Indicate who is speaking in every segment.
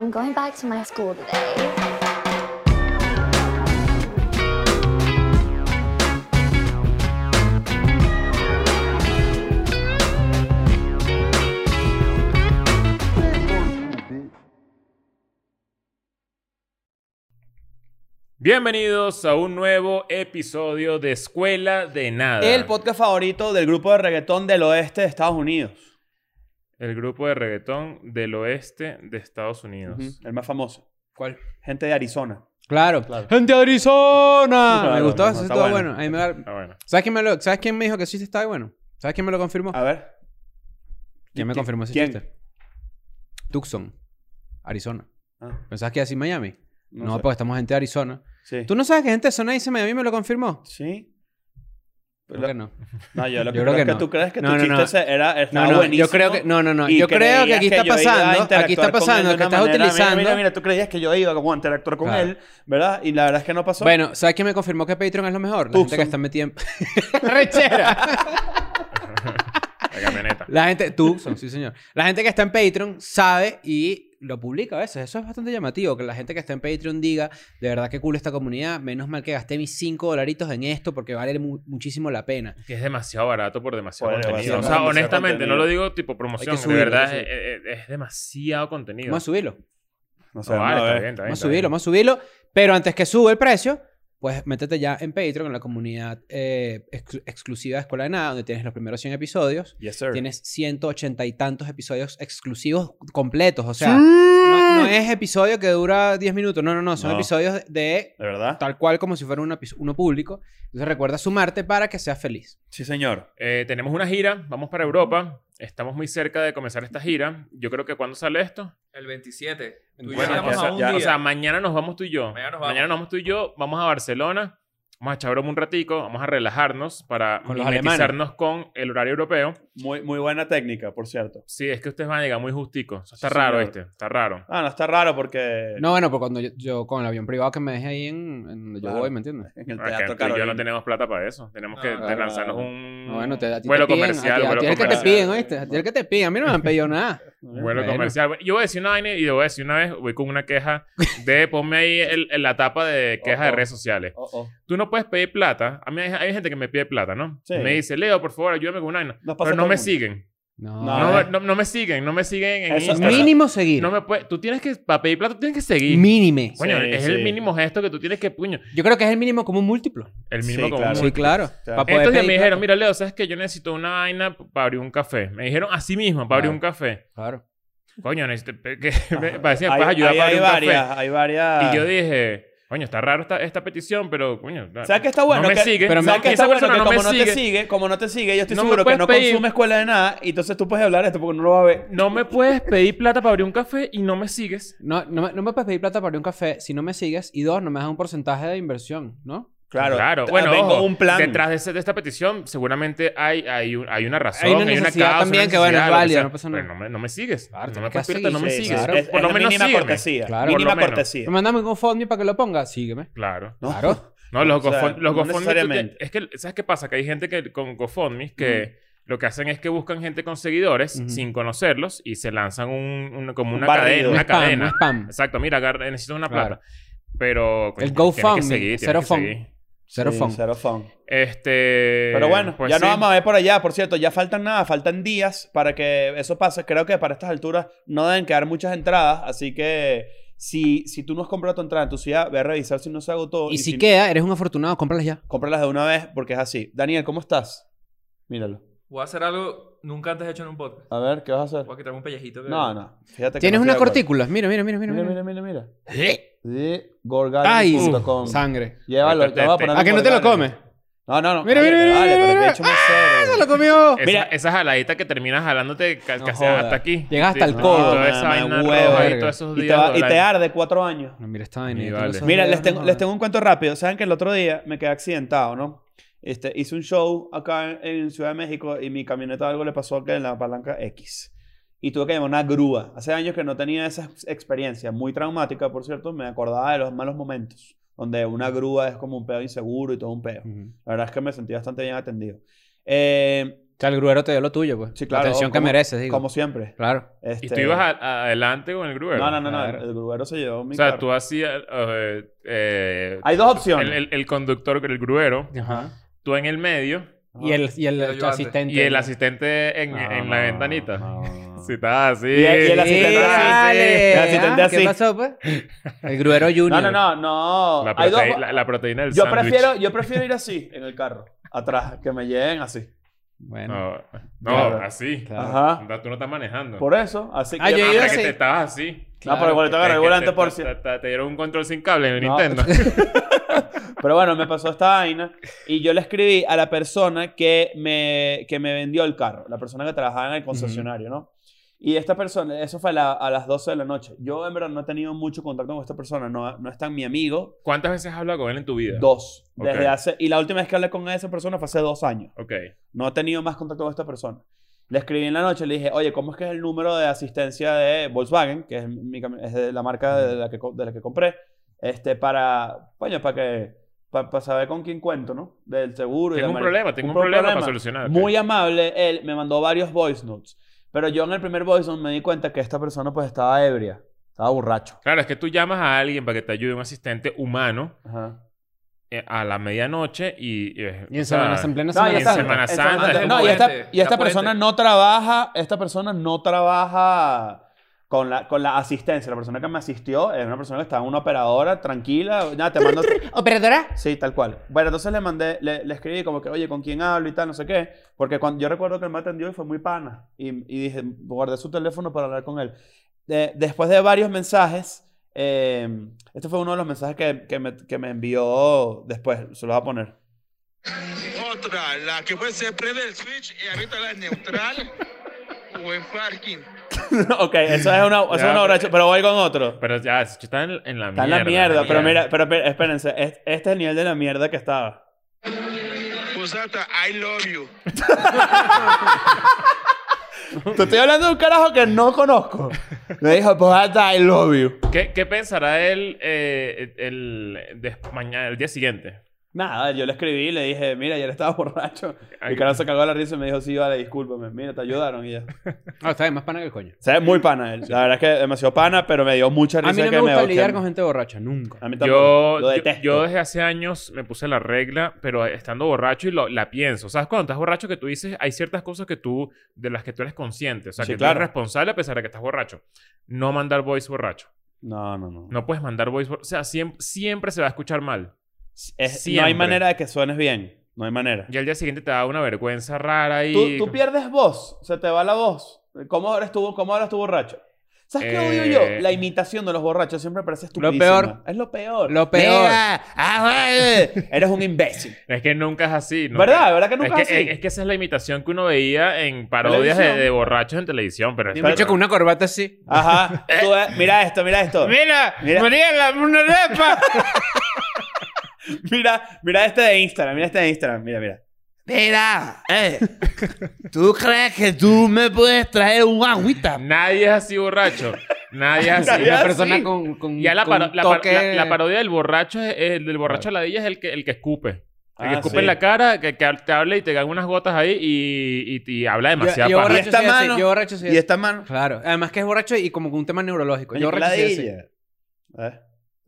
Speaker 1: I'm going back to my school today.
Speaker 2: Bienvenidos a un nuevo episodio de Escuela de Nada.
Speaker 3: El podcast favorito del grupo de reggaetón del oeste de Estados Unidos.
Speaker 2: El grupo de reggaetón del oeste de Estados Unidos.
Speaker 3: Ujú, El más famoso.
Speaker 4: ¿Cuál?
Speaker 3: Gente de Arizona.
Speaker 4: Claro.
Speaker 3: Claro.
Speaker 4: ¡Gente de Arizona!
Speaker 3: Claro,
Speaker 4: me gustó,
Speaker 3: no,
Speaker 4: eso
Speaker 3: está
Speaker 4: estuvo
Speaker 3: bueno.
Speaker 4: bueno. Ahí me va-
Speaker 2: Ah, bueno.
Speaker 4: ¿Sabes, quién me lo- ¿Sabes quién me dijo que sí estaba bueno? ¿Sabes quién me lo confirmó?
Speaker 3: A ver.
Speaker 4: ¿Quién me
Speaker 3: ¿quién-
Speaker 4: confirmó ese
Speaker 3: quién?
Speaker 4: chiste? Tucson, Arizona.
Speaker 3: Ah,
Speaker 4: ¿Pensabas que iba a decir Miami? No,
Speaker 3: sé.
Speaker 4: porque estamos gente de Arizona.
Speaker 3: Sí.
Speaker 4: ¿Tú no sabes que gente de Arizona dice Miami me lo confirmó?
Speaker 3: Sí.
Speaker 4: Creo
Speaker 3: Lo-
Speaker 4: que no.
Speaker 3: No, yo lo que
Speaker 4: Yo
Speaker 3: creo
Speaker 4: creo
Speaker 3: es
Speaker 4: que
Speaker 3: que
Speaker 4: no.
Speaker 3: tú crees que
Speaker 4: No,
Speaker 3: tu
Speaker 4: no,
Speaker 3: chiste
Speaker 4: no.
Speaker 3: ese era estaba
Speaker 4: No, no,
Speaker 3: buenísimo.
Speaker 4: yo creo que- no, no, no,
Speaker 3: y
Speaker 4: yo creo que
Speaker 3: creías
Speaker 4: aquí está
Speaker 3: yo iba a
Speaker 4: pasando, aquí
Speaker 3: interactuar
Speaker 4: está
Speaker 3: con él de
Speaker 4: pasando,
Speaker 3: una
Speaker 4: que estás
Speaker 3: manera- mira,
Speaker 4: utilizando-
Speaker 3: Mira, mira, tú creías que yo iba como a interactuar con
Speaker 4: Claro.
Speaker 3: él, ¿verdad? Y la verdad es que no pasó.
Speaker 4: Bueno, ¿sabes quién me confirmó que Patreon es lo mejor? La gente
Speaker 3: Tucson.
Speaker 4: que está metida en... ¡Rechera!
Speaker 2: La camioneta.
Speaker 4: La gente... Tucson, sí señor. La gente que está en Patreon sabe y lo publica a veces. Eso es bastante llamativo. Que la gente que está en Patreon diga, de verdad que cool esta comunidad. Menos mal que gasté mis 5 dolaritos en esto porque vale mu- muchísimo la pena.
Speaker 2: Que es demasiado barato por demasiado
Speaker 3: Por
Speaker 2: contenido.
Speaker 3: demasiado-
Speaker 2: o sea,
Speaker 3: demasiado
Speaker 2: honestamente,
Speaker 3: contenido.
Speaker 2: no lo digo tipo promoción.
Speaker 4: Hay que subirlo,
Speaker 2: de verdad,
Speaker 4: hay
Speaker 2: es, es- es demasiado contenido.
Speaker 4: Vamos a subirlo.
Speaker 3: no sé,
Speaker 2: No, vale,
Speaker 3: no, a
Speaker 2: está
Speaker 3: ver.
Speaker 2: bien, está bien,
Speaker 4: Vamos a
Speaker 2: está
Speaker 4: subirlo,
Speaker 2: bien.
Speaker 4: vamos a subirlo. Pero antes que suba el precio, pues métete ya en Patreon, en la comunidad eh, exclu- exclusiva de Escuela de Nada, donde tienes los primeros 100 episodios.
Speaker 3: Yes, sir.
Speaker 4: Tienes 180 y tantos episodios exclusivos completos. O sea, no, no es episodio que dura 10 minutos. No, no, no. Son
Speaker 3: No.
Speaker 4: episodios de
Speaker 3: ¿De verdad?
Speaker 4: tal cual como si fuera un epi- uno público. Entonces recuerda sumarte para que seas feliz.
Speaker 3: Sí, señor.
Speaker 2: Eh, tenemos una gira, vamos para Europa. Estamos muy cerca de comenzar esta gira. Yo creo que cuando sale esto.
Speaker 5: El 27. Tú y yo
Speaker 2: Bueno,
Speaker 5: íbamos
Speaker 3: ya-
Speaker 5: a un
Speaker 3: ya-
Speaker 5: día.
Speaker 2: O sea, mañana nos vamos tú y yo.
Speaker 5: Mañana nos vamos.
Speaker 2: tú y yo. Vamos a Barcelona. Vamos a echar broma un ratico. Vamos a relajarnos para
Speaker 4: Con los
Speaker 2: mimetizarnos con el horario europeo.
Speaker 3: Muy, muy buena técnica, por cierto.
Speaker 2: Sí, es que ustedes van a llegar muy justicos. Eso está
Speaker 3: Sí,
Speaker 2: raro
Speaker 3: señor.
Speaker 2: este. Está raro.
Speaker 3: Ah, no, está raro porque...
Speaker 4: No, bueno, porque cuando yo, yo con el avión privado que me dejé ahí en, en donde
Speaker 3: Claro.
Speaker 4: yo voy, ¿me entiendes?
Speaker 3: En el
Speaker 2: Ah,
Speaker 3: teatro,
Speaker 2: que tú y yo
Speaker 3: Carolina.
Speaker 2: no tenemos plata para eso. Tenemos
Speaker 5: No,
Speaker 2: que
Speaker 5: claro.
Speaker 2: lanzarnos un
Speaker 4: No, bueno, te, a ti te
Speaker 2: vuelo
Speaker 4: piden, a ti-
Speaker 2: comercial.
Speaker 4: a
Speaker 2: vuelo
Speaker 4: ti es el que te
Speaker 2: comercial.
Speaker 4: piden, ¿oíste? A ti es el que te piden. A mí no me han pedido nada.
Speaker 2: Vuelo
Speaker 4: Bueno.
Speaker 2: comercial. Yo voy a decir una vaina y voy a decir una vez, voy con una queja de ponme ahí el- en la tapa de quejas de
Speaker 3: Ojo.
Speaker 2: redes sociales.
Speaker 3: Oh, oh.
Speaker 2: Tú no puedes pedir plata. A mí hay, hay gente que me pide plata, ¿no?
Speaker 3: Sí.
Speaker 2: Me dice, Leo, por favor, ayúdame con una vaina.
Speaker 3: Nos pasa
Speaker 2: Pero
Speaker 3: a todo
Speaker 2: no
Speaker 3: el
Speaker 2: me
Speaker 3: mundo.
Speaker 2: siguen.
Speaker 4: No.
Speaker 3: Ah,
Speaker 2: No,
Speaker 3: eh.
Speaker 2: no, no me siguen, no me siguen en
Speaker 3: Eso-
Speaker 2: Instagram.
Speaker 4: Mínimo seguir.
Speaker 2: No me puede- tú tienes que, para pedir plata, tú tienes que seguir.
Speaker 4: Mínime.
Speaker 2: Coño,
Speaker 3: Sí,
Speaker 2: es
Speaker 3: sí.
Speaker 2: el mínimo gesto que tú tienes que, puño.
Speaker 4: Yo creo que es el mínimo como un múltiplo.
Speaker 2: El mínimo
Speaker 3: Sí,
Speaker 2: como
Speaker 3: claro.
Speaker 2: un-
Speaker 4: Sí, claro.
Speaker 3: sea,
Speaker 4: Pa' poder
Speaker 2: Entonces
Speaker 4: pedir
Speaker 2: me dijeron,
Speaker 4: plata.
Speaker 2: mira, Leo, ¿sabes que yo necesito una vaina para abrir un café? Me dijeron así mismo, para
Speaker 3: Ah.
Speaker 2: abrir
Speaker 4: Claro.
Speaker 2: un café.
Speaker 4: Claro.
Speaker 2: Coño, necesito, que, me parecía,
Speaker 3: Hay-
Speaker 2: ¿puedes ayudar
Speaker 3: hay-
Speaker 2: para abrir
Speaker 3: hay
Speaker 2: un
Speaker 3: varias, ah.
Speaker 2: café?
Speaker 3: Hay varias...
Speaker 2: Y yo dije, coño, está raro esta, esta petición, pero coño.
Speaker 3: ¿Sabes qué está bueno?
Speaker 2: No me
Speaker 3: que,
Speaker 2: sigue.
Speaker 3: Pero
Speaker 4: pero
Speaker 2: ¿Sabes
Speaker 3: ¿sabes
Speaker 2: que
Speaker 3: qué está
Speaker 2: esa
Speaker 3: bueno?
Speaker 2: persona
Speaker 3: Que
Speaker 2: no me
Speaker 3: como no te
Speaker 2: sigue?
Speaker 3: sigue, como no te sigue, yo estoy
Speaker 2: No me
Speaker 3: seguro que
Speaker 2: puedes
Speaker 3: no
Speaker 2: pedir.
Speaker 3: consume escuela de nada y entonces tú puedes hablar esto porque no lo va a ver.
Speaker 2: No me puedes pedir plata para abrir un café y no me sigues.
Speaker 4: No, no, me- no me puedes pedir plata para abrir un café si no me sigues. Y dos, no me das un porcentaje de inversión, ¿no?
Speaker 3: Claro. t-
Speaker 2: Bueno,
Speaker 3: tengo
Speaker 2: ojo,
Speaker 3: un plan.
Speaker 2: Detrás de, ese- de esta petición, seguramente hay, hay, un- hay una razón.
Speaker 4: Hay
Speaker 2: Hay
Speaker 4: una
Speaker 2: una,
Speaker 4: necesidad
Speaker 2: causa,
Speaker 4: también
Speaker 2: una
Speaker 4: que, bueno, es
Speaker 2: necesidad, lo
Speaker 4: válida,
Speaker 2: sea.
Speaker 4: no pasa nada.
Speaker 2: Pero no me, no me sigues.
Speaker 4: Claro,
Speaker 2: no
Speaker 4: tienes
Speaker 2: me
Speaker 4: que
Speaker 2: puedes pedir plata, no me
Speaker 4: seguir, sí,
Speaker 2: sigues.
Speaker 4: claro.
Speaker 3: Es,
Speaker 2: Por lo
Speaker 3: es
Speaker 2: menos
Speaker 3: mínima
Speaker 2: sígueme.
Speaker 3: cortesía.
Speaker 4: Claro.
Speaker 2: Por
Speaker 3: Mínima
Speaker 2: lo menos.
Speaker 4: Me
Speaker 3: cortesía.
Speaker 4: mandas un GoFundMe para que lo ponga. Sígueme.
Speaker 2: Claro.
Speaker 3: No.
Speaker 4: Claro.
Speaker 2: No, los
Speaker 3: O sea,
Speaker 2: GoFundMe. los
Speaker 3: no
Speaker 2: GoFundMe tú te-
Speaker 3: necesariamente.
Speaker 2: es que, ¿sabes qué pasa? Que hay gente que con GoFundMe que lo que hacen es que buscan gente con seguidores
Speaker 4: Ujú.
Speaker 2: sin conocerlos y se lanzan un, un- como
Speaker 3: Un
Speaker 2: una
Speaker 3: barrido.
Speaker 2: cadena.
Speaker 4: Un
Speaker 2: Una
Speaker 4: spam,
Speaker 2: cadena.
Speaker 4: un spam.
Speaker 2: Exacto, mira, agarra- necesito una
Speaker 4: Claro.
Speaker 2: plata. Pero. coño, tienes
Speaker 4: El
Speaker 2: que
Speaker 4: GoFundMe,
Speaker 2: seguir, tienes
Speaker 4: cero
Speaker 2: que
Speaker 4: fun.
Speaker 2: seguir.
Speaker 4: Cero
Speaker 3: Sí,
Speaker 4: fun.
Speaker 3: Cero fun.
Speaker 2: Este.
Speaker 3: Pero bueno,
Speaker 2: pues
Speaker 3: ya no
Speaker 2: sí.
Speaker 3: vamos a ver por allá. Por cierto, ya faltan nada, faltan días para que eso pase. Creo que para estas alturas no deben quedar muchas entradas, así que si, si tú no has comprado tu entrada en tu ciudad, ve a revisar si no se agotó.
Speaker 4: Y si queda, eres un afortunado, cómpralas ya.
Speaker 3: Cómpralas de una vez porque es así. Daniel, ¿cómo estás? Míralo.
Speaker 5: Voy a hacer algo nunca antes hecho en un podcast.
Speaker 3: A ver, ¿qué vas a hacer?
Speaker 5: Voy a quitarme un pellejito. que-
Speaker 3: No, no. Fíjate que
Speaker 4: Tienes
Speaker 3: no
Speaker 4: una
Speaker 3: estoy de acuerdo.
Speaker 4: cortícula. Mira, mira, mira, mira.
Speaker 3: Mira,
Speaker 4: mira.
Speaker 3: mira, mira, mira.
Speaker 4: ¡Eh!
Speaker 3: De
Speaker 4: Ay,
Speaker 3: gorgari.com.
Speaker 4: Sangre.
Speaker 3: Llévalo,
Speaker 2: Este,
Speaker 3: te voy a
Speaker 2: este.
Speaker 3: poner
Speaker 4: ¿A
Speaker 3: un
Speaker 4: que no te lo
Speaker 3: Golgari.
Speaker 4: comes?
Speaker 3: No, no, no.
Speaker 4: Mira,
Speaker 3: cállate,
Speaker 4: mira, mira,
Speaker 3: vale,
Speaker 4: mira,
Speaker 3: pero qué
Speaker 4: mira.
Speaker 3: hecho más serio.
Speaker 4: ¡Se lo comió!
Speaker 2: Esa,
Speaker 3: Mira.
Speaker 2: esa jaladita que terminas jalándote ca-
Speaker 3: No
Speaker 2: casi
Speaker 3: joda.
Speaker 2: hasta aquí.
Speaker 4: Llegas hasta el
Speaker 2: no,
Speaker 4: codo,
Speaker 2: Toda esa
Speaker 3: mamá,
Speaker 2: vaina
Speaker 3: huevo,
Speaker 2: roja y
Speaker 4: verga.
Speaker 2: todos esos
Speaker 3: Y te,
Speaker 2: días.
Speaker 3: va- y te
Speaker 2: dólares.
Speaker 3: arde cuatro años.
Speaker 4: No, mira, esta vaina.
Speaker 2: Y
Speaker 4: yo
Speaker 2: vale.
Speaker 4: tengo esos
Speaker 3: Mira, les
Speaker 4: dedos,
Speaker 3: tengo,
Speaker 4: no
Speaker 3: les
Speaker 4: jodas.
Speaker 3: tengo un cuento rápido. Saben que el otro día me quedé accidentado, ¿no? Este, hice un show acá en, en Ciudad de México y mi camioneta algo le pasó que en la palanca X. Y tuve que llamar una grúa. Hace años que no tenía esa ex- experiencia, muy traumática, por cierto. Me acordaba de los malos momentos, donde una grúa es como un pedo inseguro y todo un pedo.
Speaker 4: Ujú.
Speaker 3: La verdad es que me sentí bastante bien atendido. Eh,
Speaker 4: O sea, el gruero te dio lo tuyo, pues.
Speaker 3: Sí, claro.
Speaker 4: La atención que
Speaker 3: como-
Speaker 4: mereces, digo.
Speaker 3: Como siempre.
Speaker 4: Claro.
Speaker 3: Este,
Speaker 2: Y tú ibas a- a- adelante con el Gruber.
Speaker 3: No, no, no, no.
Speaker 4: Claro.
Speaker 3: El grubero se llevó mi
Speaker 2: O sea,
Speaker 3: carro.
Speaker 2: tú hacías. eh, eh,
Speaker 3: Hay dos opciones.
Speaker 2: el, el- el conductor, el gruero,
Speaker 4: Ajá.
Speaker 2: tú en el medio
Speaker 4: Y el, y el,
Speaker 5: El ayudante.
Speaker 4: asistente.
Speaker 2: y el asistente en, en
Speaker 4: Ah,
Speaker 2: la ventanita. Si estás así.
Speaker 3: Y el- y el
Speaker 4: Sí,
Speaker 3: asistente
Speaker 4: dale.
Speaker 3: El asistente
Speaker 4: Ah,
Speaker 3: así.
Speaker 4: ¿Qué pasó, pues? El gruero junior.
Speaker 3: No, no, no, no.
Speaker 2: La,
Speaker 3: Hay dos-
Speaker 2: protei- la- la proteína del
Speaker 3: yo,
Speaker 2: sándwich.
Speaker 3: prefiero, yo prefiero ir así, en el carro. Atrás, que me lleven así.
Speaker 4: Bueno.
Speaker 2: No, no,
Speaker 3: Claro.
Speaker 2: así.
Speaker 4: Claro.
Speaker 3: Ajá.
Speaker 2: No, Tú no estás manejando.
Speaker 3: Por eso, así que.
Speaker 4: Ah, yo
Speaker 2: Ah,
Speaker 4: iba
Speaker 2: que
Speaker 4: así.
Speaker 2: te estabas así.
Speaker 3: No, pero igual te agarré el
Speaker 2: Que- que
Speaker 3: volante
Speaker 2: te-
Speaker 3: por
Speaker 2: te-
Speaker 3: si.
Speaker 2: te- Te dieron un control sin cable en el
Speaker 3: No.
Speaker 2: Nintendo.
Speaker 3: Pero bueno, me pasó esta vaina y yo le escribí a la persona que me, que me vendió el carro, la persona que trabajaba en el concesionario, ¿no? Y esta persona, eso fue a la- a las 12 de la noche. Yo en verdad no he tenido mucho contacto con esta persona, no, no es tan mi amigo.
Speaker 2: ¿Cuántas veces has hablado con él en tu vida?
Speaker 3: Dos.
Speaker 2: Ok.
Speaker 3: Desde hace, y la última vez que hablé con esa persona fue hace dos años.
Speaker 2: Ok.
Speaker 3: No he tenido más contacto con esta persona. Le escribí en la noche, le dije, oye, ¿cómo es que es el número de asistencia de Volkswagen, que es, mi cami- es de la marca de la que, co- de la que compré, este, para, coño, para que, para, saber con quién cuento, ¿no? Del seguro y
Speaker 2: Tengo
Speaker 3: la
Speaker 2: un
Speaker 3: mari-
Speaker 2: problema, tengo un problema para solucionar, ok.
Speaker 3: Muy amable, él me mandó varios voice notes, pero yo en el primer voice note me di cuenta que esta persona pues estaba ebria, estaba borracho.
Speaker 2: Claro, es que tú llamas a alguien para que te ayude un asistente humano
Speaker 3: Ajá.
Speaker 2: eh, a la medianoche y... eh,
Speaker 4: Y
Speaker 2: o
Speaker 4: en
Speaker 2: sea,
Speaker 4: Semana Ah. en plena
Speaker 3: No,
Speaker 4: Semana
Speaker 3: ya está.
Speaker 4: Santa.
Speaker 2: Semana
Speaker 3: Esta-
Speaker 2: Santa,
Speaker 3: antes-
Speaker 2: es este,
Speaker 3: no,
Speaker 5: como
Speaker 3: y esta,
Speaker 5: puente,
Speaker 3: y esta
Speaker 5: está
Speaker 3: persona
Speaker 5: puente.
Speaker 3: no trabaja, esta persona no trabaja con la, con la asistencia. La persona que me asistió era una persona que estaba en una operadora, tranquila. Nada, te mando...
Speaker 4: ¿Operadora?
Speaker 3: Sí, tal cual. Bueno, entonces le mandé, le, le escribí como que, oye, ¿con quién hablo y tal? No sé qué. Porque cuando, yo recuerdo que él me atendió y fue muy pana. Y, y dije, guardé su teléfono para hablar con él. De- después de varios mensajes, eh, este fue uno de los mensajes que, que me, que me envió después. Se lo voy a poner.
Speaker 6: Otra, la que fue se prende el switch y ahorita la neutral o en parking.
Speaker 3: ok, eso es una, eso es
Speaker 2: Ya,
Speaker 3: una borracha, pero voy con otro.
Speaker 2: Pero ya, está en, en la
Speaker 3: Está en
Speaker 2: mierda.
Speaker 3: la mierda, pero
Speaker 5: mierda.
Speaker 3: mira, pero pe- espérense, es- este es el nivel de la mierda que estaba.
Speaker 6: Pues hasta I love you.
Speaker 3: Te estoy hablando de un carajo que no conozco. Me dijo, pues hasta I love you.
Speaker 2: ¿Qué, qué pensará él eh, el, des- mañana, el día siguiente?
Speaker 3: Nada, yo le escribí, le dije, mira, ayer estaba borracho. Y
Speaker 2: Ay.
Speaker 3: el carajo se cagó la risa y me dijo, sí, vale, discúlpame, mira, te ayudaron y ya.
Speaker 4: No, Ah, está bien, más pana que el coño.
Speaker 3: O sea, es muy pana él. La verdad es que demasiado pana, pero me dio mucha risa
Speaker 4: A mí no
Speaker 3: que
Speaker 4: me gusta
Speaker 3: que-
Speaker 4: lidiar con gente borracha, nunca.
Speaker 3: A mí tampoco.
Speaker 2: Yo, yo,
Speaker 3: lo detesto.
Speaker 2: yo desde hace años me puse la regla, pero estando borracho y lo- la pienso. ¿Sabes cuando estás borracho que tú dices, hay ciertas cosas que tú, de las que tú eres consciente? O sea,
Speaker 3: Sí,
Speaker 2: que
Speaker 3: claro.
Speaker 2: tú eres responsable a pesar de que estás borracho. No mandar voice borracho.
Speaker 3: No, no, no.
Speaker 2: No puedes mandar voice borracho. O sea, siem- siempre se va a escuchar mal.
Speaker 3: Es- no hay
Speaker 2: siempre.
Speaker 3: manera de que suenes bien. No hay manera.
Speaker 2: Y al día siguiente te da una vergüenza rara y...
Speaker 3: Tú, tú pierdes voz, se te va la voz. ¿Cómo ahora estuvo, cómo ahora estuvo borracho? ¿Sabes qué odio
Speaker 2: Eh.
Speaker 3: yo? La imitación de los borrachos siempre parece estupidísima.
Speaker 4: peor.
Speaker 3: Es lo peor.
Speaker 4: Lo peor.
Speaker 3: Mira, ah, eh, Eres un imbécil.
Speaker 2: Es que nunca es así. ¿no? eh,
Speaker 3: ¿Verdad? ¿Verdad que
Speaker 2: Es
Speaker 3: nunca
Speaker 2: que,
Speaker 3: es
Speaker 2: es,
Speaker 3: así?
Speaker 2: es que esa es la imitación que uno veía en parodias de,
Speaker 3: Televisión.
Speaker 2: de borrachos en televisión, pero...
Speaker 4: Me hecho con una corbata así.
Speaker 3: Ajá. Tú, eh, mira esto, mira esto.
Speaker 4: Mira,
Speaker 3: Mira.
Speaker 4: María, la una repa.
Speaker 3: Mira, mira este de Instagram, mira este de Instagram, mira, mira.
Speaker 6: Mira, eh, ¿tú crees que tú me puedes traer un agüita?
Speaker 2: Nadie es así borracho. Nadie es así.
Speaker 3: Nadie
Speaker 4: Una
Speaker 3: así.
Speaker 4: persona con, con,
Speaker 2: Ya la,
Speaker 4: con
Speaker 2: paro- la par-
Speaker 4: toque...
Speaker 2: la- la parodia del borracho, es, es- del borracho ladilla es el que, el que escupe. El que
Speaker 3: Ah,
Speaker 2: escupe
Speaker 3: sí.
Speaker 2: en la cara, que, que te habla y te cae unas gotas ahí y, y- y habla
Speaker 4: Yo-
Speaker 2: demasiado.
Speaker 4: yo
Speaker 2: paja.
Speaker 4: borracho
Speaker 3: Y esta
Speaker 4: soy así,
Speaker 3: mano.
Speaker 4: Yo borracho soy
Speaker 3: Y
Speaker 4: así.
Speaker 3: esta mano.
Speaker 4: Claro. Además que es borracho y como con un tema neurológico.
Speaker 3: Coño,
Speaker 4: yo
Speaker 3: qué
Speaker 4: borracho soy así.
Speaker 3: ladilla. ¿Eh?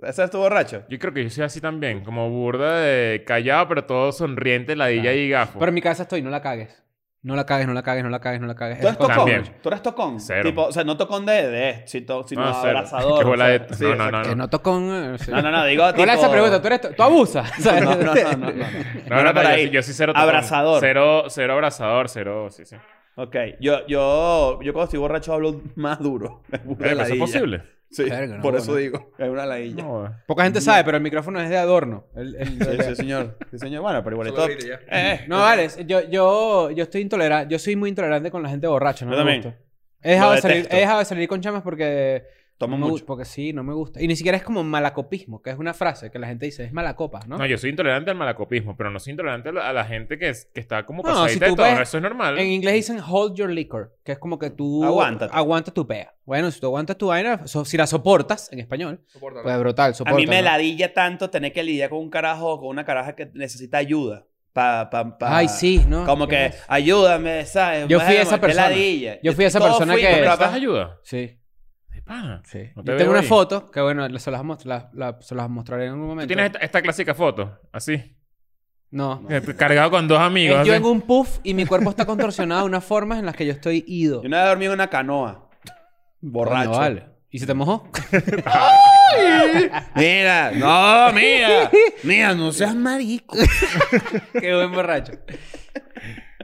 Speaker 3: ¿Ese es tu borracho?
Speaker 2: Yo creo que yo soy así también, como burda de callado, pero todo sonriente, ladilla y gafo.
Speaker 4: Pero en mi casa estoy, no la cagues. No la cagues, no la cagues, no la cagues, no la cagues.
Speaker 3: ¿Tú eres
Speaker 4: Esas cosas-
Speaker 3: tocón?
Speaker 2: También.
Speaker 3: ¿Tú eres tocón?
Speaker 2: Cero.
Speaker 3: Tipo, o sea, no tocón de, de esto, sino, sino
Speaker 2: No, cero.
Speaker 3: abrazador.
Speaker 2: Qué
Speaker 3: o
Speaker 2: bola
Speaker 3: sea,
Speaker 2: de-
Speaker 3: sí,
Speaker 2: no, no,
Speaker 3: exacto.
Speaker 2: no,
Speaker 4: Que no tocón... eh, sí.
Speaker 3: No, no, no, digo tipo...
Speaker 4: Hola, esa pregunta. ¿Tú, eres to- ¿Tú abusas?
Speaker 3: No, no, no, no, no, no.
Speaker 2: no, no,
Speaker 3: Era
Speaker 2: no,
Speaker 3: por
Speaker 2: yo,
Speaker 3: ahí.
Speaker 2: sí- yo sí cero tocón.
Speaker 3: Abrazador.
Speaker 2: Cero, cero abrazador, cero, sí, sí.
Speaker 3: Ok, yo, yo, yo cuando estoy borracho hablo más duro.
Speaker 2: Pero eso Eh, pues, es
Speaker 3: Es una ladilla.
Speaker 2: posible.
Speaker 3: Sí,
Speaker 4: Verga, no,
Speaker 3: por eso
Speaker 4: bueno.
Speaker 3: digo. Es una ladilla.
Speaker 2: No, eh.
Speaker 4: Poca gente sabe, pero el micrófono es de adorno. El- el-
Speaker 3: Sí, sí, señor. Sí, señor. Bueno, pero igual
Speaker 5: Solo
Speaker 3: esto...
Speaker 5: grite ya.
Speaker 3: Eh,
Speaker 4: No, vale, es- yo, yo, yo estoy intolerante, yo soy muy intolerante con la gente borracha, no
Speaker 3: Yo
Speaker 4: me
Speaker 3: también.
Speaker 4: gusta. He dejado,
Speaker 3: Lo
Speaker 4: de salir,
Speaker 3: detesto.
Speaker 4: he dejado de salir con chamas porque,
Speaker 3: tomo
Speaker 4: no me gu-
Speaker 3: mucho.
Speaker 4: porque sí, no me gusta. Y ni siquiera es como malacopismo, que es una frase que la gente dice, es malacopa, ¿no?
Speaker 2: No, yo soy intolerante al malacopismo, pero no soy intolerante a la, a la gente que, es- que está como
Speaker 4: No,
Speaker 2: pasadita
Speaker 4: si
Speaker 2: de
Speaker 4: tú
Speaker 2: todo.
Speaker 4: ves-
Speaker 2: Eso es normal.
Speaker 4: En inglés dicen hold your liquor, que es como que tú
Speaker 3: Aguántate.
Speaker 4: aguanta tu pea. Bueno, si tú aguantas tu vaina, so- si la soportas en español,
Speaker 5: Soporta.
Speaker 4: pues brutal,
Speaker 3: A
Speaker 4: soporta.
Speaker 3: mí me
Speaker 4: ¿no?
Speaker 3: ladilla tanto tener que lidiar con un carajo o con una caraja que necesita ayuda. Pa, pa, pa-
Speaker 4: Ay, sí, ¿no?
Speaker 3: Como
Speaker 4: ¿Qué
Speaker 3: que,
Speaker 4: más?
Speaker 3: ayúdame, ¿sabes?
Speaker 4: Ah, Yo fui
Speaker 3: Bueno,
Speaker 4: esa
Speaker 3: qué
Speaker 4: persona.
Speaker 3: ladilla.
Speaker 4: Yo fui esa
Speaker 3: Todos
Speaker 4: persona
Speaker 3: fuimos,
Speaker 4: que-
Speaker 3: pero
Speaker 2: ¿Necesitas
Speaker 3: capaz-
Speaker 2: ayuda?
Speaker 4: Sí.
Speaker 2: De pana.
Speaker 4: Sí.
Speaker 2: No te
Speaker 4: Yo
Speaker 2: veo
Speaker 4: tengo una
Speaker 2: ahí.
Speaker 4: foto que, bueno, se las, mostr- la- la- se las mostraré en un momento.
Speaker 2: Tú tienes esta, esta clásica foto, así. eh,
Speaker 4: No.
Speaker 2: Cargado con dos amigos.
Speaker 4: Es yo
Speaker 2: así.
Speaker 4: en un puff y mi cuerpo está contorsionado de unas formas en las que yo estoy ido.
Speaker 3: Yo una vez dormí en una canoa. Borracho.
Speaker 4: Coño, vale. ¿Y se te mojó?
Speaker 3: Mira, no, mira. Mira, no seas marico.
Speaker 4: Qué buen borracho.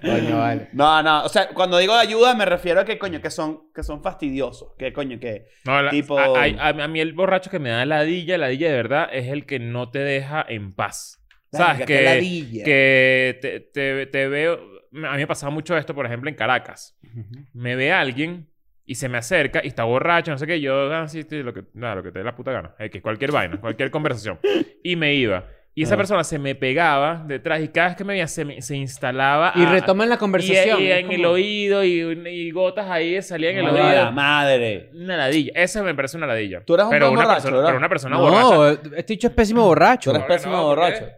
Speaker 4: Coño, vale.
Speaker 3: No, no, o sea, cuando digo ayuda me refiero a que coño, que son, que son fastidiosos. Que coño, que.
Speaker 2: No, la-
Speaker 3: Tipo-
Speaker 2: a, a- a mí el borracho que me da ladilla, ladilla de verdad, es el que no te deja en paz. ¿Sabes?
Speaker 3: Verga,
Speaker 2: Que,
Speaker 3: qué ladilla.
Speaker 2: que te, te- te veo... A mí me pasaba mucho esto, por ejemplo, en Caracas. Me ve alguien y se me acerca y está borracho, no sé qué. Yo, ah, sí, sí, lo que, nada, lo que te dé la puta gana. X, cualquier vaina, cualquier conversación. Y me iba. Y esa
Speaker 3: Ah.
Speaker 2: persona se me pegaba detrás y cada vez que me veía se, me- se instalaba
Speaker 4: ah, Y
Speaker 2: a-
Speaker 4: retoman la conversación.
Speaker 2: y, y
Speaker 4: es
Speaker 2: en
Speaker 4: como-
Speaker 2: el oído y, y gotas ahí salían en el
Speaker 3: No,
Speaker 2: oído.
Speaker 3: Ah, la madre.
Speaker 2: Una ladilla. Esa me parece una ladilla.
Speaker 3: Tú eras un
Speaker 2: pero
Speaker 3: buen
Speaker 2: una
Speaker 3: borracho,
Speaker 2: persona,
Speaker 3: ¿verdad?
Speaker 2: Pero una persona borracha.
Speaker 4: No, este dicho es pésimo borracho.
Speaker 3: Tú eres
Speaker 5: No, que
Speaker 3: pésimo
Speaker 5: no, ¿por qué?
Speaker 3: borracho.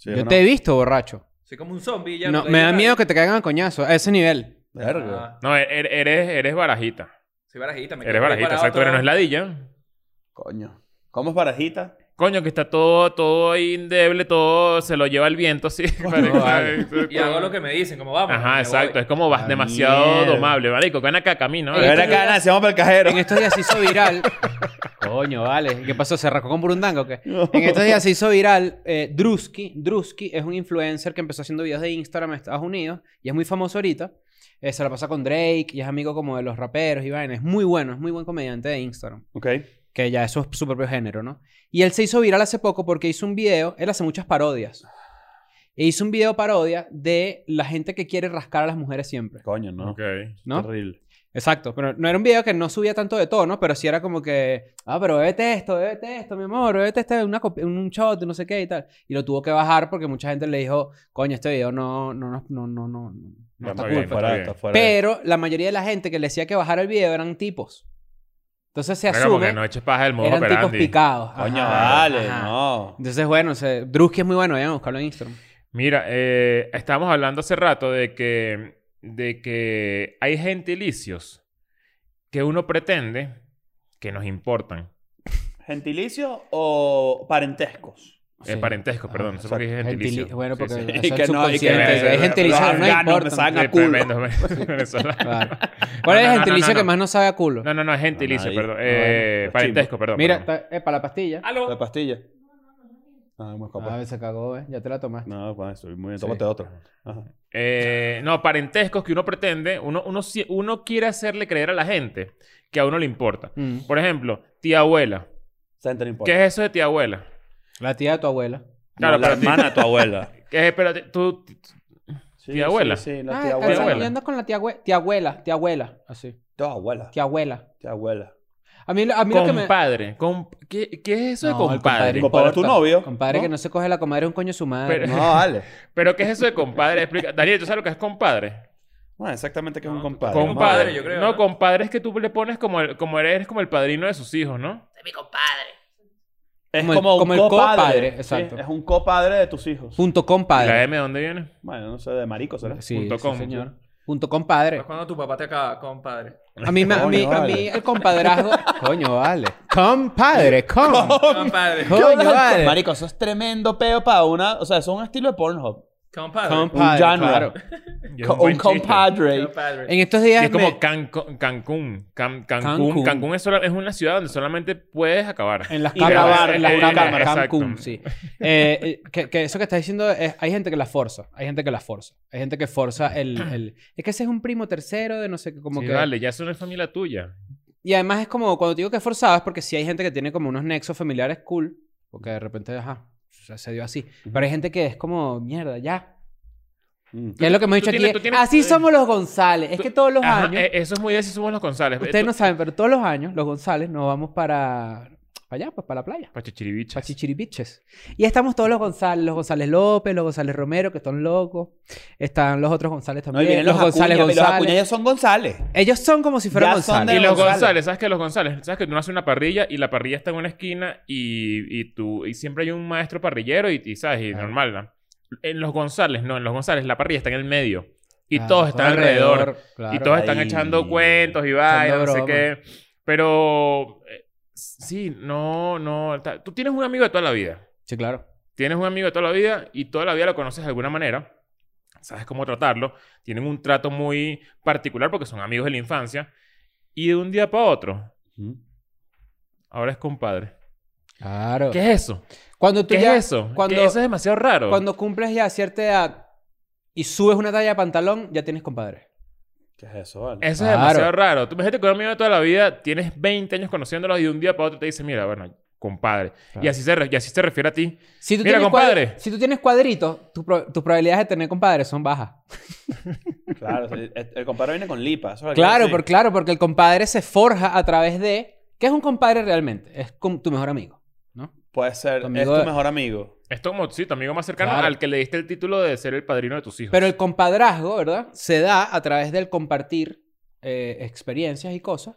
Speaker 4: Yo te he visto borracho.
Speaker 5: Soy como un zombie ya.
Speaker 4: No, me da miedo que te caigan a coñazo. A ese nivel.
Speaker 3: Verga.
Speaker 5: Ah.
Speaker 2: No, er- er- eres, eres barajita.
Speaker 5: soy barajita. Me
Speaker 2: Eres barajita. Exacto, pero no es ladilla.
Speaker 3: Coño. ¿Cómo es barajita?
Speaker 2: Coño, que está todo, todo ahí endeble, todo se lo lleva el viento, sí. Marico,
Speaker 4: vale.
Speaker 2: ¿sabes?
Speaker 5: Y hago lo que me dicen, como vamos.
Speaker 2: Ajá,
Speaker 5: me
Speaker 2: exacto.
Speaker 5: voy.
Speaker 2: Es como vas
Speaker 3: La
Speaker 2: demasiado
Speaker 3: mierda.
Speaker 2: domable, marico. Ven acá, camino.
Speaker 4: Ey,
Speaker 3: Pero
Speaker 4: esto
Speaker 3: era
Speaker 4: ya-
Speaker 3: acá, nacíamos para el cajero.
Speaker 4: este En estos días se hizo viral. Coño, vale. ¿Qué pasó? ¿Se rascó con Burundanga o qué? este- En estos días se hizo viral eh, Drusky. Drusky es un influencer que empezó haciendo videos de Instagram en Estados Unidos y es muy famoso ahorita. Eh, se la pasa con Drake y es amigo como de los raperos y vainas. Es muy bueno, es muy buen comediante de Instagram.
Speaker 3: Ok.
Speaker 4: Que ya eso es su propio género, ¿no? Y él se hizo viral hace poco porque hizo un video, él hace muchas parodias. E hizo un video parodia de la gente que quiere rascar a las mujeres siempre,
Speaker 3: Coño, no.
Speaker 2: Ok.
Speaker 4: ¿no?
Speaker 3: Terrible.
Speaker 4: Exacto, pero no era un video que no subía tanto de tono, pero sí era como que, ah, pero bébete esto, bébete esto, mi amor, bébete este, una copi- un shot, no sé qué y tal. Y lo tuvo que bajar porque mucha gente le dijo, coño, este video no, no, no, no, no, no. no
Speaker 2: No,
Speaker 4: está
Speaker 2: está
Speaker 4: cool,
Speaker 2: bien,
Speaker 4: pues.
Speaker 2: está bien.
Speaker 4: Pero la mayoría de la gente que le decía que bajara el video eran tipos. Entonces se
Speaker 2: Verga, porque
Speaker 4: asume,
Speaker 2: no eches paja del modo
Speaker 4: eran tipos
Speaker 2: operandi.
Speaker 4: picados.
Speaker 3: Coño,
Speaker 4: Ajá,
Speaker 3: vale,
Speaker 4: ajá.
Speaker 3: no.
Speaker 4: Entonces, bueno, se, Drusky es muy bueno, vayan a buscarlo en Instagram.
Speaker 2: Mira, eh, estábamos hablando hace rato de que, de que hay gentilicios que uno pretende que nos importan.
Speaker 3: ¿Gentilicios o parentescos?
Speaker 2: Eh, parentescos,
Speaker 4: Ah,
Speaker 2: perdón. No sé por qué dije gentilicio.
Speaker 4: Gentili- bueno,
Speaker 2: Sí,
Speaker 4: porque
Speaker 2: sí.
Speaker 4: eso
Speaker 3: Y
Speaker 4: es
Speaker 3: que no, y que-
Speaker 4: subconsciente. Hay
Speaker 2: los
Speaker 4: gentilicios que no
Speaker 3: afganos
Speaker 4: importan.
Speaker 3: pensaban
Speaker 2: Sí,
Speaker 3: a culo.
Speaker 2: tremendo, venezolano.
Speaker 4: Claro. ¿Cuál es
Speaker 2: No, no,
Speaker 4: el
Speaker 2: no,
Speaker 4: gentilicio
Speaker 2: no, no.
Speaker 4: que más no sabe a culo?
Speaker 2: No, no, no, es gentilicio,
Speaker 3: nadie.
Speaker 2: perdón.
Speaker 3: Ah,
Speaker 2: Eh,
Speaker 3: bueno, los
Speaker 2: parentesco, perdón.
Speaker 4: Mira,
Speaker 2: perdón.
Speaker 4: está, epa, la pastilla.
Speaker 5: ¡Aló!
Speaker 3: ¿La pastilla? Ah, me
Speaker 2: pues.
Speaker 3: escapó.
Speaker 4: A ver, se cagó, eh. Ya te la tomaste.
Speaker 3: No, bueno, estoy muy bien.
Speaker 4: Sí.
Speaker 3: Tómate otro. Ajá.
Speaker 2: Eh, no, parentescos que uno pretende, uno, uno, si- uno quiere hacerle creer a la gente que a uno le importa.
Speaker 4: Mm.
Speaker 2: Por ejemplo, tía abuela.
Speaker 3: Esa gente no importa.
Speaker 2: ¿Qué es eso de tía abuela?
Speaker 4: La tía de tu abuela.
Speaker 2: Claro,
Speaker 3: no, la
Speaker 2: pero ti-
Speaker 3: hermana de tu abuela.
Speaker 2: ¿Qué es? Pero ti- tú,
Speaker 3: Sí,
Speaker 2: ¿Tía abuela?
Speaker 3: Sí, sí, la
Speaker 4: Ah,
Speaker 3: tía
Speaker 4: está-
Speaker 3: abuela.
Speaker 2: abuela.
Speaker 4: yo ando con la tía, abue- tía abuela. Tía abuela. Así.
Speaker 3: Tía abuela.
Speaker 4: Tía abuela.
Speaker 3: Tía abuela.
Speaker 4: A mí, lo- a mí lo que me...
Speaker 2: compadre. com- ¿qué, qué es eso de
Speaker 4: No, el
Speaker 2: compadre?
Speaker 3: compadre. Compadre, tu
Speaker 4: importa.
Speaker 3: novio,
Speaker 4: Compadre
Speaker 3: ¿no?
Speaker 4: que no se coge la comadre es un coño de su madre.
Speaker 2: Pero-
Speaker 3: No, vale.
Speaker 2: ¿Pero qué es eso de compadre? Explica. Daniel, ¿tú sabes lo que es compadre?
Speaker 3: Bueno, exactamente que es un
Speaker 5: No,
Speaker 3: compadre.
Speaker 5: tú-
Speaker 2: Compadre,
Speaker 5: Compadre, yo creo,
Speaker 2: No,
Speaker 5: ¿no?
Speaker 2: compadre es que tú le pones como, el- como eres, eres como el padrino de sus hijos, ¿no?
Speaker 3: Es
Speaker 4: Como el-
Speaker 3: como,
Speaker 4: como el
Speaker 3: un copadre.
Speaker 4: copadre,
Speaker 3: sí,
Speaker 4: exacto.
Speaker 3: es un copadre de tus hijos.
Speaker 4: Punto
Speaker 2: ¿La
Speaker 4: compadre.
Speaker 2: M de dónde viene?
Speaker 3: Bueno, no sé, de marico será.
Speaker 4: Sí,
Speaker 2: punto
Speaker 4: sí,
Speaker 2: com.
Speaker 4: señor. Punto compadre.
Speaker 5: Es cuando tu papá te acaba, compadre.
Speaker 4: A mí, me- a mí,
Speaker 3: Coño,
Speaker 4: a mí
Speaker 3: vale.
Speaker 4: el compadrazgo... Coño, vale. Compadre, com.
Speaker 5: Compadre.
Speaker 4: Coño, vale.
Speaker 3: Marico, eso es tremendo peo para una. O sea, eso es un estilo de Pornhub.
Speaker 5: Compadre.
Speaker 4: Compadre,
Speaker 3: un genre.
Speaker 4: claro.
Speaker 2: Y es
Speaker 3: Co-
Speaker 2: buen
Speaker 3: un
Speaker 2: chiste.
Speaker 3: compadre.
Speaker 5: Compadre.
Speaker 4: En estos
Speaker 2: Y
Speaker 4: días
Speaker 2: es como
Speaker 4: me-
Speaker 2: Cancún. Cancún. Can-
Speaker 4: Cancún.
Speaker 2: Cancún. Cancún es, sola- es una ciudad donde solamente puedes acabar.
Speaker 4: En las
Speaker 3: Y
Speaker 4: cámaras.
Speaker 3: grabar,
Speaker 4: en las
Speaker 3: eh, eh,
Speaker 4: cámaras.
Speaker 2: exacto.
Speaker 4: Cancún, sí. Eh, eh, que, que eso que estás diciendo, es, hay gente que la forza. Hay gente que la forza. Hay gente que forza el... el- es que ese es un primo tercero de no sé qué, como
Speaker 2: Sí,
Speaker 4: que...
Speaker 2: Vale, ya eso no es familia tuya.
Speaker 4: Y además es como, cuando te digo que es forzado, es porque sí hay gente que tiene como unos nexos familiares cool, porque de repente, ajá, se, se dio así. Pero hay gente que es como, mierda, ya.
Speaker 3: Mm.
Speaker 4: Ya es lo que hemos
Speaker 2: tú
Speaker 4: dicho
Speaker 2: tienes-
Speaker 4: aquí.
Speaker 2: tú tienes-
Speaker 4: así somos los González. Es
Speaker 2: tú-
Speaker 4: que todos los
Speaker 2: Ajá,
Speaker 4: años...
Speaker 2: eh, Eso es muy de si somos los González.
Speaker 4: Ustedes no saben, pero todos los años los González nos vamos para, para allá, pues para la playa, para Chichiribiches. Y estamos todos los González, los González López, los González Romero, que están locos. Están los otros González
Speaker 3: No, y
Speaker 4: también.
Speaker 3: vienen
Speaker 4: los,
Speaker 3: los,
Speaker 4: González
Speaker 3: Acuña, Los
Speaker 4: González.
Speaker 3: Acuña ya son González.
Speaker 4: Ellos son como si fueran
Speaker 3: Ya son
Speaker 4: González.
Speaker 2: Y
Speaker 3: de-
Speaker 2: los
Speaker 3: González.
Speaker 2: González, ¿sabes que los González? ¿Sabes que tú haces una parrilla y la parrilla está en una esquina y, y tú y siempre hay un maestro parrillero y, y, sabes, y
Speaker 4: Claro.
Speaker 2: normal, ¿no? En los González, no, en los González la parrilla está en el medio. Y
Speaker 4: Ah,
Speaker 2: todos están alrededor.
Speaker 4: claro.
Speaker 2: y todos están
Speaker 3: ahí.
Speaker 2: echando cuentos y vainas, no sé
Speaker 4: broma.
Speaker 2: qué. Pero eh, sí, no, no. ta- Tú tienes un amigo de toda la vida.
Speaker 4: Sí, claro.
Speaker 2: Tienes un amigo de toda la vida y toda la vida lo conoces de alguna manera. Sabes cómo tratarlo. Tienen un trato muy particular porque son amigos de la infancia. Y de un día para otro, ahora es compadre.
Speaker 4: Claro.
Speaker 2: ¿Qué es eso?
Speaker 4: Cuando tú
Speaker 2: ¿Qué
Speaker 4: ya,
Speaker 2: es eso?
Speaker 4: cuando-
Speaker 2: ¿Qué- eso es demasiado raro.
Speaker 4: Cuando cumples ya cierta edad y subes una talla de pantalón, ya tienes compadre.
Speaker 3: ¿Qué es eso, vale?
Speaker 2: Eso es
Speaker 4: Claro.
Speaker 2: demasiado raro. Tú imagínate con un amigo de toda la vida, tienes 20 años conociéndolo y de un día para otro te dice, mira, bueno, compadre. Y,
Speaker 4: Claro.
Speaker 2: así se re- y así se refiere a ti.
Speaker 4: Si tú
Speaker 2: Mira,
Speaker 4: tienes
Speaker 2: compadre.
Speaker 4: cuadri- si tú tienes cuadritos, tu pro- tus probabilidades de tener compadres son bajas.
Speaker 3: Claro, o sea, el, el compadre viene con lipa. eso es lo que
Speaker 4: Claro,
Speaker 3: quiero
Speaker 4: por,
Speaker 3: decir.
Speaker 4: claro, porque el compadre se forja a través de... ¿Qué es un compadre realmente? Es con tu mejor amigo, ¿no?
Speaker 3: Puede ser, es
Speaker 4: Tu amigo-
Speaker 3: tu mejor amigo.
Speaker 2: Esto como, sí, tu amigo más cercano
Speaker 4: Claro.
Speaker 2: al que le diste el título de ser el padrino de tus hijos.
Speaker 4: Pero el compadrazgo, ¿verdad? Se da a través del compartir eh, experiencias y cosas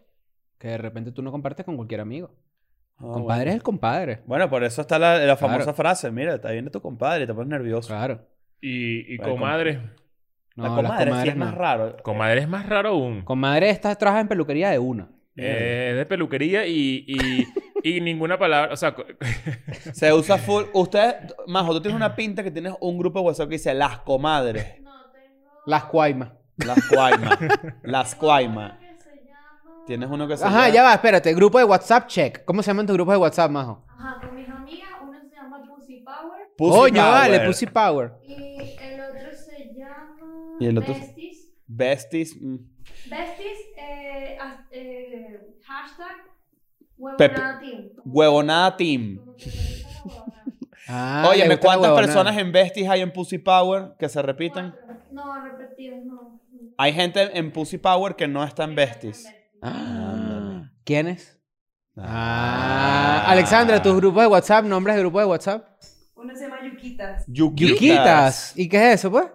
Speaker 4: que de repente tú no compartes con cualquier amigo.
Speaker 3: Ah,
Speaker 4: compadre es el compadre.
Speaker 3: Bueno. Bueno, por eso está la, la
Speaker 4: Claro.
Speaker 3: famosa frase, mira, está viendo tu compadre, te pones nervioso.
Speaker 4: Claro.
Speaker 2: Y, y
Speaker 3: Bueno,
Speaker 2: comadre.
Speaker 4: No,
Speaker 3: la
Speaker 4: las
Speaker 3: comadre sí
Speaker 4: comadres
Speaker 3: es más
Speaker 4: no.
Speaker 3: raro.
Speaker 2: Comadre es más raro aún.
Speaker 4: Comadre estás trabajas en peluquería de una.
Speaker 2: Eh, es de peluquería y, y, y ninguna palabra. O sea, co-
Speaker 3: Se usa full. Ustedes, Majo, tú tienes una pinta que tienes un grupo de WhatsApp que dice las comadres,
Speaker 4: Las cuaimas.
Speaker 3: las cuaimas, las cuaimas. Tienes uno que se
Speaker 4: Ajá,
Speaker 3: llama-
Speaker 4: ya va, espérate. Grupo de WhatsApp, check. ¿Cómo se llaman tus grupos de WhatsApp, majo?
Speaker 7: Ajá, con mis amigas, uno se llama Pussy Power
Speaker 3: Pussy
Speaker 4: Coño,
Speaker 3: Power.
Speaker 4: vale, Pussy Power.
Speaker 7: y el otro se llama
Speaker 3: ¿Y el otro?
Speaker 7: Besties.
Speaker 3: Besties. mm.
Speaker 7: Besties, eh, as- eh, hashtag
Speaker 3: Pepe.
Speaker 7: huevonada team.
Speaker 3: Huevonada Team.
Speaker 7: Como que me gusta la huevonada.
Speaker 4: Ah,
Speaker 3: Oye,
Speaker 4: le
Speaker 3: Óyeme,
Speaker 4: gusta la
Speaker 3: ¿cuántas
Speaker 4: huevonada.
Speaker 3: personas en Besties hay en Pussy Power que se repitan?
Speaker 7: Cuatro. No, repetidos, no.
Speaker 3: Hay gente en Pussy Power que no está en Besties.
Speaker 4: Ah,
Speaker 3: Ándale.
Speaker 4: ¿Quiénes? Ah, Alexandra, tus grupos de WhatsApp, nombres de grupos de WhatsApp.
Speaker 7: Uno se llama Yuquitas.
Speaker 3: Yuquitas.
Speaker 4: Yuquitas. ¿Y qué es eso, pues?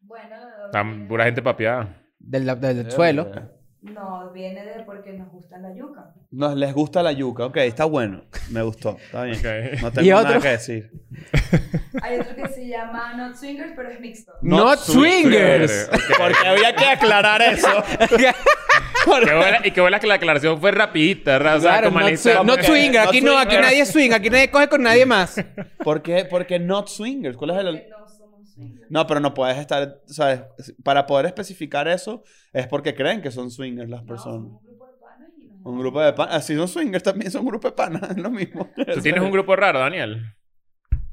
Speaker 7: Bueno,
Speaker 2: tan pura gente papeada.
Speaker 4: Del, del-
Speaker 2: Eh,
Speaker 4: del suelo.
Speaker 3: Eh,
Speaker 7: no, viene de porque nos gusta la yuca.
Speaker 3: Nos les gusta la yuca. Ok, está bueno. Me gustó. Está bien.
Speaker 2: Ok.
Speaker 3: No
Speaker 4: ¿Y
Speaker 3: tengo nada
Speaker 4: otro?
Speaker 3: que decir.
Speaker 7: Hay otro que se llama Not Swingers, pero es mixto.
Speaker 4: Not,
Speaker 3: Not
Speaker 4: swingers.
Speaker 3: Porque había que aclarar eso.
Speaker 2: Qué buena- y qué buena que la aclaración fue rapidita, Eh, ¿verdad? O sea,
Speaker 4: Claro,
Speaker 2: como al
Speaker 4: not,
Speaker 2: instante.
Speaker 4: swing- not
Speaker 3: Ok,
Speaker 4: swinger.
Speaker 3: not
Speaker 4: Aquí no, aquí
Speaker 3: swingers.
Speaker 4: nadie swing, aquí nadie coge con nadie más.
Speaker 3: ¿Por qué, por qué not swingers? ¿Cuál es el...?
Speaker 7: No somos swingers.
Speaker 3: No, pero no puedes estar... ¿sabes? Para poder especificar eso, es porque creen que son swingers las personas.
Speaker 7: somos un grupo de panas y nos-
Speaker 3: Un grupo de panas. Si son swingers, también son grupo de panas. Es lo mismo.
Speaker 2: Tú tienes un grupo raro, Daniel.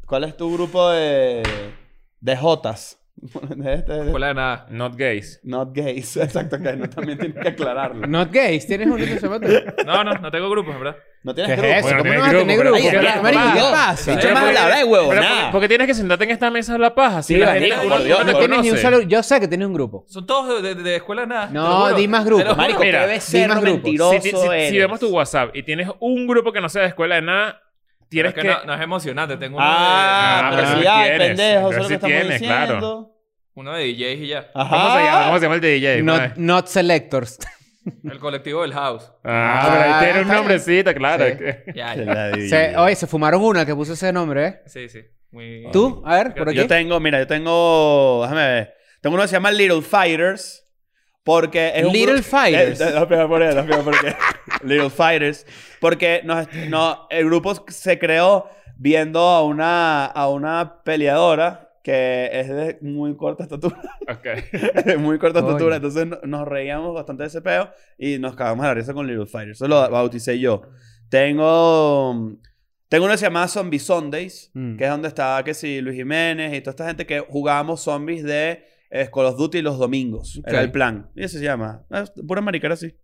Speaker 3: ¿Cuál es tu grupo de... De jotas? De este- de-
Speaker 5: Escuela de nada.
Speaker 2: Not gays.
Speaker 3: Not gays. Exacto, que no, también tienes que aclararlo.
Speaker 4: Not gays, tienes uno que se llama. ¿Qué
Speaker 5: No, no, no tengo grupos, en verdad.
Speaker 3: No
Speaker 4: es
Speaker 3: tienes grupo.
Speaker 4: eso?
Speaker 2: Bueno,
Speaker 4: ¿Cómo
Speaker 2: tiene
Speaker 4: no vas a
Speaker 2: grupo,
Speaker 4: tener
Speaker 2: pero
Speaker 4: grupo?
Speaker 2: ¿por qué Ah,
Speaker 4: Marico,
Speaker 2: hablas?
Speaker 4: ¿Qué pasa?
Speaker 3: Bicho,
Speaker 2: Pero
Speaker 3: más
Speaker 2: porque-
Speaker 3: habladora de
Speaker 2: pero
Speaker 3: huevonada.
Speaker 2: porque- Porque tienes que sentarte en esta mesa de la paja. Si
Speaker 3: Sí,
Speaker 2: la
Speaker 3: Daniel,
Speaker 2: gente-
Speaker 3: por
Speaker 2: uno-
Speaker 3: Dios,
Speaker 2: uno
Speaker 4: No
Speaker 2: te
Speaker 4: tienes ni un
Speaker 2: conoce.
Speaker 4: solo. Yo sé que tienes un grupo.
Speaker 5: Son todos de, de- de escuela de nada.
Speaker 4: No, di más
Speaker 5: grupos.
Speaker 4: grupos.
Speaker 3: Marico,
Speaker 2: Mira,
Speaker 3: qué becerro
Speaker 4: dinos grupos.
Speaker 3: mentiroso
Speaker 2: Si, ti- si- si
Speaker 3: eres.
Speaker 2: vemos tu WhatsApp y tienes un grupo que no sea de escuela de nada, tienes
Speaker 5: que...
Speaker 2: que.
Speaker 5: No, no es emocionante. Tengo uno,
Speaker 3: Ah,
Speaker 2: Ah,
Speaker 3: pero
Speaker 2: pero
Speaker 3: sí
Speaker 2: sí
Speaker 3: hay,
Speaker 2: tienes.
Speaker 3: pendejo. Eso es lo que
Speaker 2: Pero sí
Speaker 3: estamos
Speaker 2: tienes, claro.
Speaker 3: diciendo.
Speaker 5: de, uno de DJs y ya.
Speaker 3: Ajá.
Speaker 2: ¿Cómo, se llama? ¿Cómo se llama el DJ?
Speaker 4: Not, not selectors.
Speaker 5: El colectivo del house.
Speaker 2: Ah, pero
Speaker 4: Ah,
Speaker 2: ahí tiene un
Speaker 4: está bien.
Speaker 2: nombrecito, claro.
Speaker 4: Sí.
Speaker 2: que-
Speaker 5: Ya,
Speaker 3: Se
Speaker 5: ya.
Speaker 3: la di.
Speaker 4: Se- oye, se fumaron una que puso ese nombre, ¿eh?
Speaker 5: Sí, sí. Muy...
Speaker 4: ¿Tú? A ver, por aquí.
Speaker 3: Yo tengo, mira, yo tengo. Déjame ver. Tengo uno que se llama Little Fighters. Porque es un
Speaker 4: Little
Speaker 3: grupo-
Speaker 4: Fighters.
Speaker 3: Eh, Los peor por él, los peor porque. Little Fighters. Porque nos, no, el grupo se creó viendo a una, a una peleadora que es de muy corta estatura.
Speaker 2: Ok.
Speaker 3: de muy corta
Speaker 4: Coño.
Speaker 3: estatura. Entonces no- nos reíamos bastante de ese peo y nos cagamos a la risa con Little Fire. Eso lo bauticé yo. Tengo. Tengo uno que se llama Zombie Sundays,
Speaker 4: Mm.
Speaker 3: que es donde estaba que si Luis Jiménez y toda esta gente que jugábamos zombies de eh, Call of Duty los domingos. Era
Speaker 4: Ok.
Speaker 3: el plan. Y eso se llama. Ah, Es pura maricara así.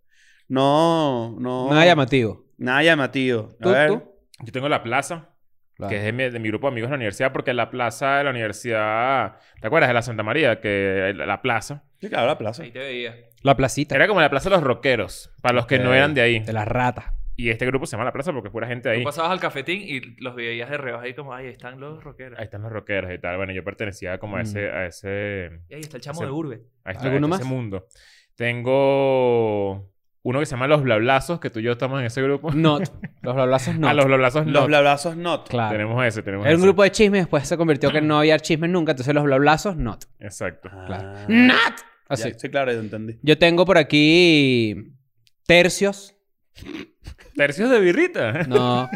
Speaker 3: No, no.
Speaker 4: Nada llamativo.
Speaker 3: Nada llamativo. A
Speaker 4: ¿Tú,
Speaker 3: ver.
Speaker 4: tú?
Speaker 2: Yo tengo la plaza,
Speaker 4: Claro.
Speaker 2: que es de mi, de mi grupo de amigos de la universidad, porque la plaza de la universidad. ¿Te acuerdas de la Santa María? Que la, la plaza.
Speaker 3: Sí, claro, la plaza.
Speaker 5: Ahí te veía.
Speaker 4: La placita.
Speaker 2: Era como la plaza de los rockeros, para los que no
Speaker 3: Ok.
Speaker 2: eran de ahí.
Speaker 4: De las ratas.
Speaker 2: Y este grupo se llama La Plaza porque es pura gente
Speaker 5: Tú
Speaker 2: ahí.
Speaker 5: pasabas al cafetín y los veías de reojo ahí como, ay, ahí están los rockeros.
Speaker 2: Ahí están los rockeros y tal. Bueno, yo pertenecía como a
Speaker 4: Mm.
Speaker 2: ese, a ese,
Speaker 5: Y ahí está el chamo
Speaker 2: Sí.
Speaker 5: de urbe.
Speaker 2: a este- a
Speaker 4: ¿Alguno
Speaker 2: ese
Speaker 4: más?
Speaker 2: mundo. Tengo uno que se llama Los Blablazos, que tú y yo estamos en ese grupo.
Speaker 4: Not. Los blablazos no.
Speaker 2: A los Blablazos
Speaker 3: Los
Speaker 2: no.
Speaker 3: blablazos not.
Speaker 4: Claro.
Speaker 2: Tenemos ese, tenemos
Speaker 4: Era un
Speaker 2: ese.
Speaker 4: grupo de chismes, después se convirtió que no había chismes nunca, entonces los blablazos, not.
Speaker 2: Exacto.
Speaker 4: Claro.
Speaker 3: Ah. Ya,
Speaker 4: Not. Así.
Speaker 3: Sí, claro, yo entendí.
Speaker 4: Yo tengo por aquí tercios.
Speaker 2: Tercios de birrita.
Speaker 4: No.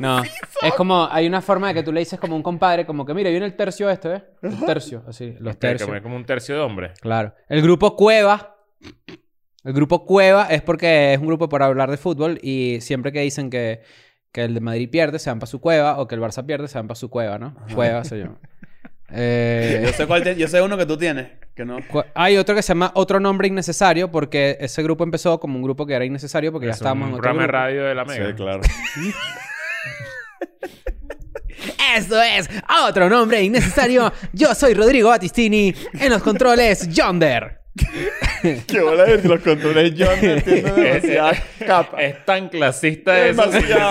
Speaker 4: No. Es como, hay una forma de que tú le dices como un compadre, como que mira, viene el tercio este, ¿ves? El tercio, así, los
Speaker 2: Ok, que
Speaker 4: tercios.
Speaker 2: poner como un tercio de hombre.
Speaker 4: Claro. El grupo Cueva. El grupo Cueva es porque es un grupo para hablar de fútbol y siempre que dicen que, que el de Madrid pierde, se van para su cueva o que el Barça pierde, se van para su cueva, ¿no? Cueva se llama. Eh,
Speaker 3: Yo sé, cuál te- yo sé uno que tú tienes, que no.
Speaker 4: cu- hay otro que se llama Otro Nombre Innecesario porque ese grupo empezó como un grupo que era innecesario porque ya
Speaker 2: Es
Speaker 4: estábamos
Speaker 2: un
Speaker 4: en otro
Speaker 2: programa de
Speaker 4: grupo.
Speaker 2: radio de la Mega.
Speaker 3: claro.
Speaker 4: Esto es Otro Nombre Innecesario. Yo soy Rodrigo Battistini. En los controles, Yonder.
Speaker 3: Qué bola de los controles yo no entiendo demasiadas capas.
Speaker 2: Es tan clasista eso.
Speaker 3: Demasiado.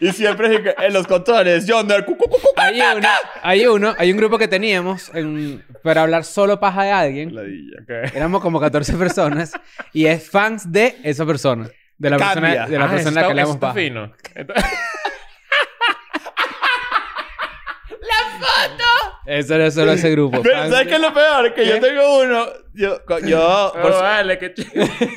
Speaker 3: Y siempre es que en los controles, Yonder. cu, cu, cu, cu.
Speaker 4: Hay uno, hay uno, hay un grupo que teníamos en- para hablar solo paja de alguien.
Speaker 3: Ladilla.
Speaker 2: Ok.
Speaker 4: Éramos como 14 personas y es fans de esa persona. De la persona,
Speaker 3: Cambia.
Speaker 4: de la
Speaker 2: Ah,
Speaker 4: persona a
Speaker 2: está-
Speaker 4: la que le damos
Speaker 2: está
Speaker 4: paja.
Speaker 2: fino. Está-
Speaker 4: Eso era solo ese grupo.
Speaker 3: Pero,
Speaker 4: fans
Speaker 3: ¿Sabes qué es lo peor? Que yo tengo uno. Yo, co- yo,
Speaker 2: Oh,
Speaker 3: por si-
Speaker 2: vale, qué ch-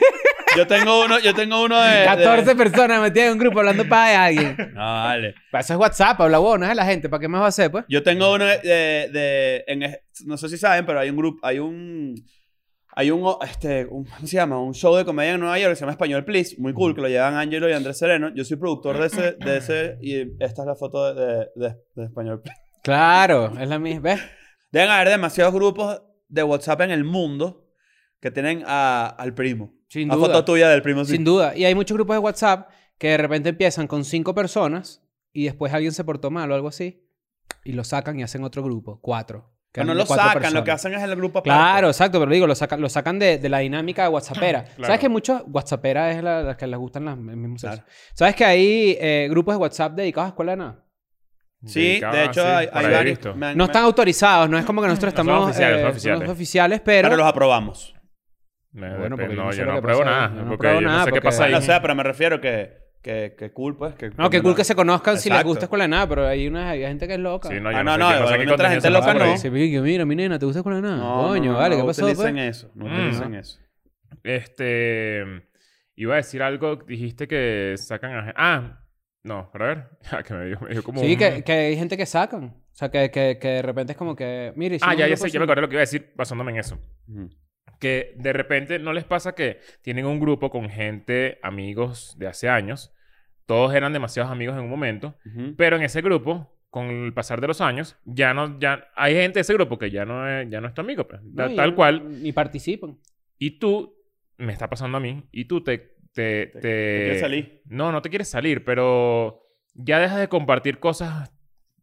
Speaker 3: yo tengo uno, yo tengo uno de.
Speaker 4: de-
Speaker 3: de-
Speaker 4: 14 personas metidas en un grupo hablando paja de alguien.
Speaker 3: No, vale.
Speaker 4: Para eso es WhatsApp, habla bueno, es la gente. ¿Para qué más va a hacer, pues?
Speaker 3: Yo tengo uno de, de, de- en es- no sé si saben, pero hay un grupo, hay un hay un o- este, un- ¿cómo se llama? Un show de comedia en Nueva York que se llama Español Please, muy cool, que lo llevan Angelo y Andrés Sereno. Yo soy productor de ese de ese y esta es la foto de, de, de Español Please.
Speaker 4: Claro, es la misma. ¿Ves?
Speaker 3: Deben haber demasiados grupos de WhatsApp en el mundo que tienen a, al primo.
Speaker 4: Sin
Speaker 3: La
Speaker 4: duda.
Speaker 3: foto tuya del primo. sí.
Speaker 4: Sin duda. Y hay muchos grupos de WhatsApp que de repente empiezan con cinco personas y después alguien se portó mal o algo así y lo sacan y hacen otro grupo, cuatro.
Speaker 3: Que
Speaker 4: Quedan
Speaker 3: no lo
Speaker 4: cuatro
Speaker 3: sacan, lo
Speaker 4: personas.
Speaker 3: que hacen es el grupo aparte.
Speaker 4: Claro, exacto, pero digo, lo sacan, lo sacan de, de la dinámica de WhatsAppera. ¿Sabes que muchos WhatsApperas es la, las que les gustan las, el mismo sexo?
Speaker 3: Claro.
Speaker 4: ¿Sabes que hay eh, grupos de WhatsApp dedicados a escuela de nada?
Speaker 3: Sí,
Speaker 2: Dedicado,
Speaker 3: de hecho
Speaker 2: sí,
Speaker 3: hay,
Speaker 2: por
Speaker 3: hay
Speaker 2: ahí
Speaker 3: varios.
Speaker 2: visto.
Speaker 3: me han-
Speaker 4: No
Speaker 3: me-
Speaker 4: están autorizados, no es como que
Speaker 2: No
Speaker 4: nosotros
Speaker 2: son
Speaker 4: estamos
Speaker 2: oficiales, son
Speaker 4: eh,
Speaker 2: oficiales.
Speaker 4: son oficiales, pero...
Speaker 3: pero los aprobamos.
Speaker 2: No,
Speaker 4: Bueno, porque
Speaker 2: depende.
Speaker 4: yo
Speaker 2: no,
Speaker 4: no sé
Speaker 2: yo
Speaker 4: lo
Speaker 2: no
Speaker 4: que
Speaker 2: apruebo
Speaker 4: pasa ahí.
Speaker 2: nada.
Speaker 4: Yo no
Speaker 2: porque
Speaker 4: apruebo
Speaker 2: yo no
Speaker 4: nada
Speaker 2: sé qué
Speaker 4: porque-
Speaker 2: pasa ahí.
Speaker 3: No, o sea, pero me refiero que, que, que cool, pues. Que,
Speaker 4: No, que cool que se conozcan si les
Speaker 3: Exacto.
Speaker 4: gusta escuela de nada, pero hay una hay gente que es loca.
Speaker 2: Sí, no, yo
Speaker 3: Ah,
Speaker 2: no,
Speaker 3: no,
Speaker 2: sé qué
Speaker 3: no,
Speaker 2: pasa, qué
Speaker 3: mientras
Speaker 2: contenido
Speaker 3: gente
Speaker 2: se
Speaker 3: loca
Speaker 2: pasa por
Speaker 3: no.
Speaker 2: ahí.
Speaker 4: Se ve que, mira, mi nena, ¿te gusta escuela de nada? Coño, vale, ¿qué pasó?
Speaker 3: No
Speaker 4: pues?
Speaker 3: utilicen eso. No
Speaker 2: Mm.
Speaker 3: utilicen eso.
Speaker 2: Este. Iba a decir algo, dijiste que sacan a. gen- Ah, no, a ver. Ah, que me dio, me dio como.
Speaker 4: Pues, Sí,
Speaker 2: un-
Speaker 4: que, que hay gente que sacan. O sea, que, que, que de repente es como que... Mira,
Speaker 2: Ah, ya,
Speaker 4: hicimos un
Speaker 2: ya
Speaker 4: grupo
Speaker 2: sé, ya me
Speaker 4: así.
Speaker 2: acordé lo que iba a decir basándome en eso. Que de repente no les pasa que tienen un grupo con gente, amigos de hace años. Todos eran demasiados amigos en un momento.
Speaker 3: Ujú.
Speaker 2: Pero en ese grupo, con el pasar de los años, ya no, ya hay gente de ese grupo que ya no es, ya no es tu amigo. pues.
Speaker 4: No,
Speaker 2: Ta-
Speaker 4: y-
Speaker 2: tal cual.
Speaker 4: Y participan.
Speaker 2: Y tú, me está pasando a mí, y tú te... Te, te,
Speaker 3: quieres salir.
Speaker 2: No, no te quieres salir, pero ya dejas de compartir cosas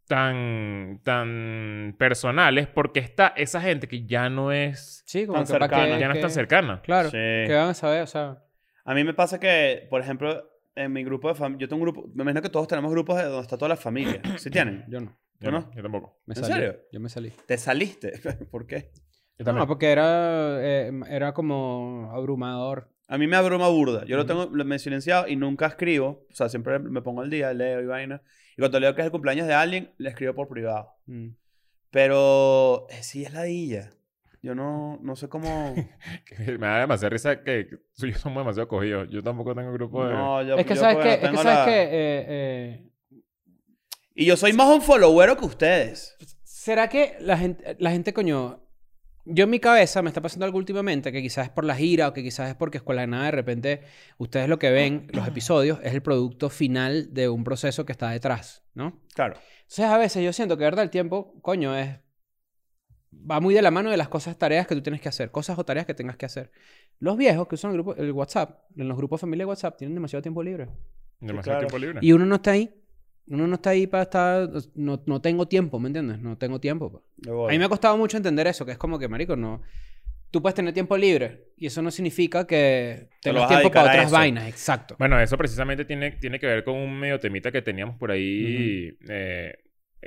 Speaker 2: tan, tan personales porque está esa gente que ya no es...
Speaker 4: Sí, como
Speaker 3: Tan
Speaker 4: que para que-
Speaker 3: cercana.
Speaker 2: Ya no es tan
Speaker 4: que-
Speaker 2: cercana.
Speaker 4: Claro.
Speaker 3: Sí.
Speaker 4: Que van a saber, o sea...
Speaker 3: A mí me pasa que, por ejemplo, en mi grupo de familia, yo tengo un grupo, me imagino que todos tenemos grupos de donde está toda la familia. ¿Sí tienen?
Speaker 4: Yo no.
Speaker 2: Yo
Speaker 3: no?
Speaker 2: Yo tampoco.
Speaker 4: Me
Speaker 3: ¿En
Speaker 4: salí.
Speaker 3: serio?
Speaker 4: Yo me salí.
Speaker 3: ¿Te saliste? ¿Por qué?
Speaker 2: Yo
Speaker 4: No,
Speaker 2: también.
Speaker 4: porque era, eh, era como abrumador.
Speaker 3: A mí me abruma burda. Yo lo tengo, lo- me he silenciado y nunca escribo. O sea, siempre me pongo al día, leo y vaina. Y cuando leo que es el cumpleaños de alguien, le escribo por privado.
Speaker 4: Mm.
Speaker 3: Pero eh, sí es ladilla. Yo no, no sé cómo...
Speaker 2: Me da demasiada risa que tú y yo somos demasiado cogidos. Yo tampoco tengo grupo de...
Speaker 3: No, yo,
Speaker 4: es que
Speaker 3: yo
Speaker 4: sabes
Speaker 3: porque
Speaker 4: que...
Speaker 3: no
Speaker 4: Es que
Speaker 3: tengo
Speaker 4: sabes
Speaker 3: la-
Speaker 4: que... eh, eh,
Speaker 3: Y yo soy más un followero que ustedes.
Speaker 4: ¿Será que la gente, la gente, coño, yo en mi cabeza me está pasando algo últimamente que quizás es por la gira o que quizás es porque Escuela de Nada de repente ustedes lo que ven, los episodios, es el producto final de un proceso que está detrás, ¿no?
Speaker 3: Claro.
Speaker 4: Entonces a veces yo siento que, verdad, el tiempo, coño, es... Va muy de la mano de las cosas, tareas que tú tienes que hacer, cosas o tareas que tengas que hacer. Los viejos que usan el, grupo, el WhatsApp, en los grupos de familia de WhatsApp, tienen demasiado tiempo libre.
Speaker 2: Demasiado
Speaker 3: claro.
Speaker 2: tiempo libre.
Speaker 4: Y uno no está ahí. Uno no está ahí para estar... No, no tengo tiempo, ¿me entiendes? No tengo tiempo. pues. pa.
Speaker 3: me voy.
Speaker 4: A mí me ha costado mucho entender eso, que es como que, marico, no... Tú puedes tener tiempo libre y eso no significa que
Speaker 3: lo
Speaker 4: tengas
Speaker 3: vas a
Speaker 4: tiempo
Speaker 3: dedicar
Speaker 4: para
Speaker 3: a
Speaker 4: otras
Speaker 3: eso.
Speaker 4: vainas, exacto.
Speaker 2: Bueno, eso precisamente tiene, tiene que ver con un medio temita que teníamos por ahí eh,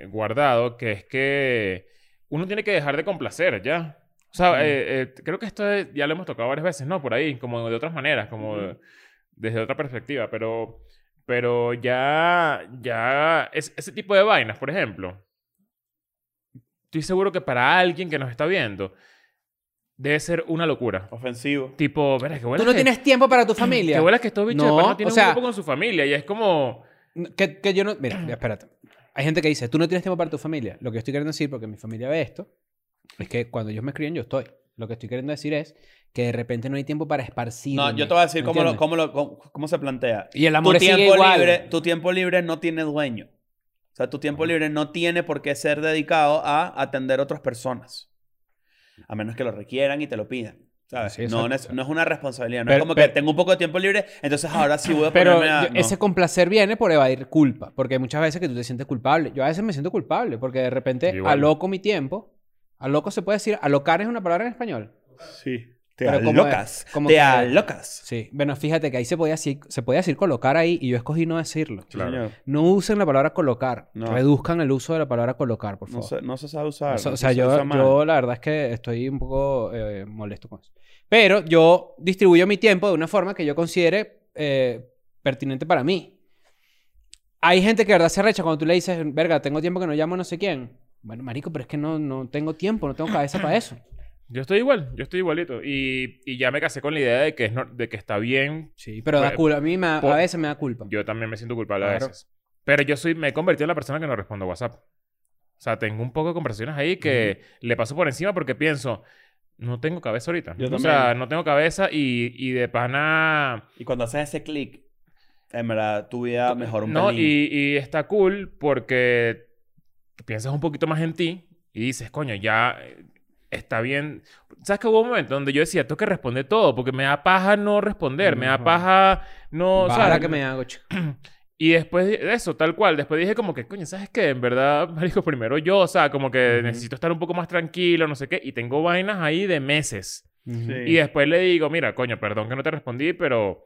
Speaker 2: guardado, que es que uno tiene que dejar de complacer, ¿ya? O sea, eh, eh, creo que esto es- ya lo hemos tocado varias veces, ¿no? Por ahí, como de otras maneras, como de- desde otra perspectiva, pero, pero ya, ya, es- ese tipo de vainas, por ejemplo, estoy seguro que para alguien que nos está viendo, debe ser una locura.
Speaker 3: Ofensivo.
Speaker 2: Tipo, verás, qué
Speaker 4: Tú
Speaker 2: buena
Speaker 4: no tienes tiempo para tu
Speaker 2: que
Speaker 4: familia.
Speaker 2: bolas que estos bichos
Speaker 4: No,
Speaker 2: de pana
Speaker 4: o
Speaker 2: tienen
Speaker 4: sea-
Speaker 2: un grupo con su familia y es como...
Speaker 4: Que, que yo no. Mira, mira, espérate. Hay gente que dice, tú no tienes tiempo para tu familia. Lo que yo estoy queriendo decir, porque mi familia ve esto, es que cuando ellos me escriben, yo estoy. Lo que estoy queriendo decir es que de repente no hay tiempo para esparcir.
Speaker 3: No, yo te voy a decir cómo, lo,
Speaker 4: ¿Entiendes?
Speaker 3: cómo, lo- cómo- cómo se plantea.
Speaker 4: Y el
Speaker 3: Tu
Speaker 4: amor sigue
Speaker 3: tiempo,
Speaker 4: igual.
Speaker 3: libre, tu tiempo libre no tiene dueño. O sea, tu tiempo libre no tiene por qué ser dedicado a atender otras personas. A menos que lo requieran y te lo pidan. ¿Sabes?
Speaker 4: Sí,
Speaker 3: no,
Speaker 4: exacto,
Speaker 3: no es,
Speaker 4: exacto.
Speaker 3: no es una responsabilidad. No es
Speaker 4: Pero-
Speaker 3: como
Speaker 4: pero-
Speaker 3: que tengo un poco de tiempo libre, entonces ahora sí voy a
Speaker 4: Pero
Speaker 3: ponerme a...
Speaker 4: yo-
Speaker 3: no.
Speaker 4: ese complacer viene por evadir culpa. Porque hay muchas veces que tú te sientes culpable. Yo a veces me siento culpable porque de repente
Speaker 2: Igual.
Speaker 4: aloco mi tiempo. Aloco se puede decir. Alocar es una palabra en español.
Speaker 3: Sí. Te
Speaker 4: Pero ¿cómo
Speaker 3: alocas.
Speaker 4: es? ¿Cómo
Speaker 3: Te
Speaker 4: que-
Speaker 3: alocas.
Speaker 4: Sí. Bueno, fíjate que ahí se podía, decir- se podía decir colocar ahí y yo escogí no decirlo.
Speaker 3: Sí,
Speaker 2: Claro.
Speaker 3: señor.
Speaker 4: No usen la palabra colocar.
Speaker 3: No.
Speaker 4: Reduzcan el uso de la palabra colocar, por
Speaker 3: No se,
Speaker 4: favor.
Speaker 3: no se sabe
Speaker 4: O
Speaker 3: usar.
Speaker 4: sea-
Speaker 3: no
Speaker 4: o
Speaker 3: se
Speaker 4: sea,
Speaker 3: sabe
Speaker 4: yo,
Speaker 3: usar mal.
Speaker 4: yo la verdad es que estoy un poco eh, molesto con eso. Pero yo distribuyo mi tiempo de una forma que yo considere eh, pertinente para mí. Hay gente que de verdad se recha cuando tú le dices, verga, tengo tiempo que no llamo a no sé quién. Bueno, marico, pero es que no, no tengo tiempo, no tengo cabeza para eso.
Speaker 2: Yo estoy igual, yo estoy igualito. Y, y ya me casé con la idea de que, es nor- de que está bien
Speaker 4: Sí, pero da
Speaker 2: Pues,
Speaker 4: culpa. A mí me da-
Speaker 2: por-
Speaker 4: a veces me da culpa.
Speaker 2: Yo también me siento culpable
Speaker 4: Claro.
Speaker 2: a veces. Pero yo soy, me he convertido en la persona que no respondo WhatsApp. O sea, tengo un poco de conversaciones ahí que le paso por encima porque pienso, no tengo cabeza ahorita.
Speaker 3: Yo
Speaker 2: o sea,
Speaker 3: también.
Speaker 2: no tengo cabeza y, y de pana...
Speaker 3: Y cuando haces ese clic, en verdad, tu vida mejora un
Speaker 2: No,
Speaker 3: pelín.
Speaker 2: y, y está cool porque piensas un poquito más en ti y dices, coño, ya eh, está bien. ¿Sabes que hubo un momento donde yo decía, tengo que responder todo porque me da paja no responder, me da
Speaker 4: Ujú.
Speaker 2: paja no...
Speaker 4: Para
Speaker 2: ¿sabes?
Speaker 4: que me hago, chico.
Speaker 2: Y después de eso, tal cual, después dije como que, coño, ¿sabes qué? En verdad, marico, primero yo, o sea, como que
Speaker 4: Ujú.
Speaker 2: necesito estar un poco más tranquilo, no sé qué, y tengo vainas ahí de meses.
Speaker 3: Sí.
Speaker 2: Y después le digo, mira, coño, perdón que no te respondí, pero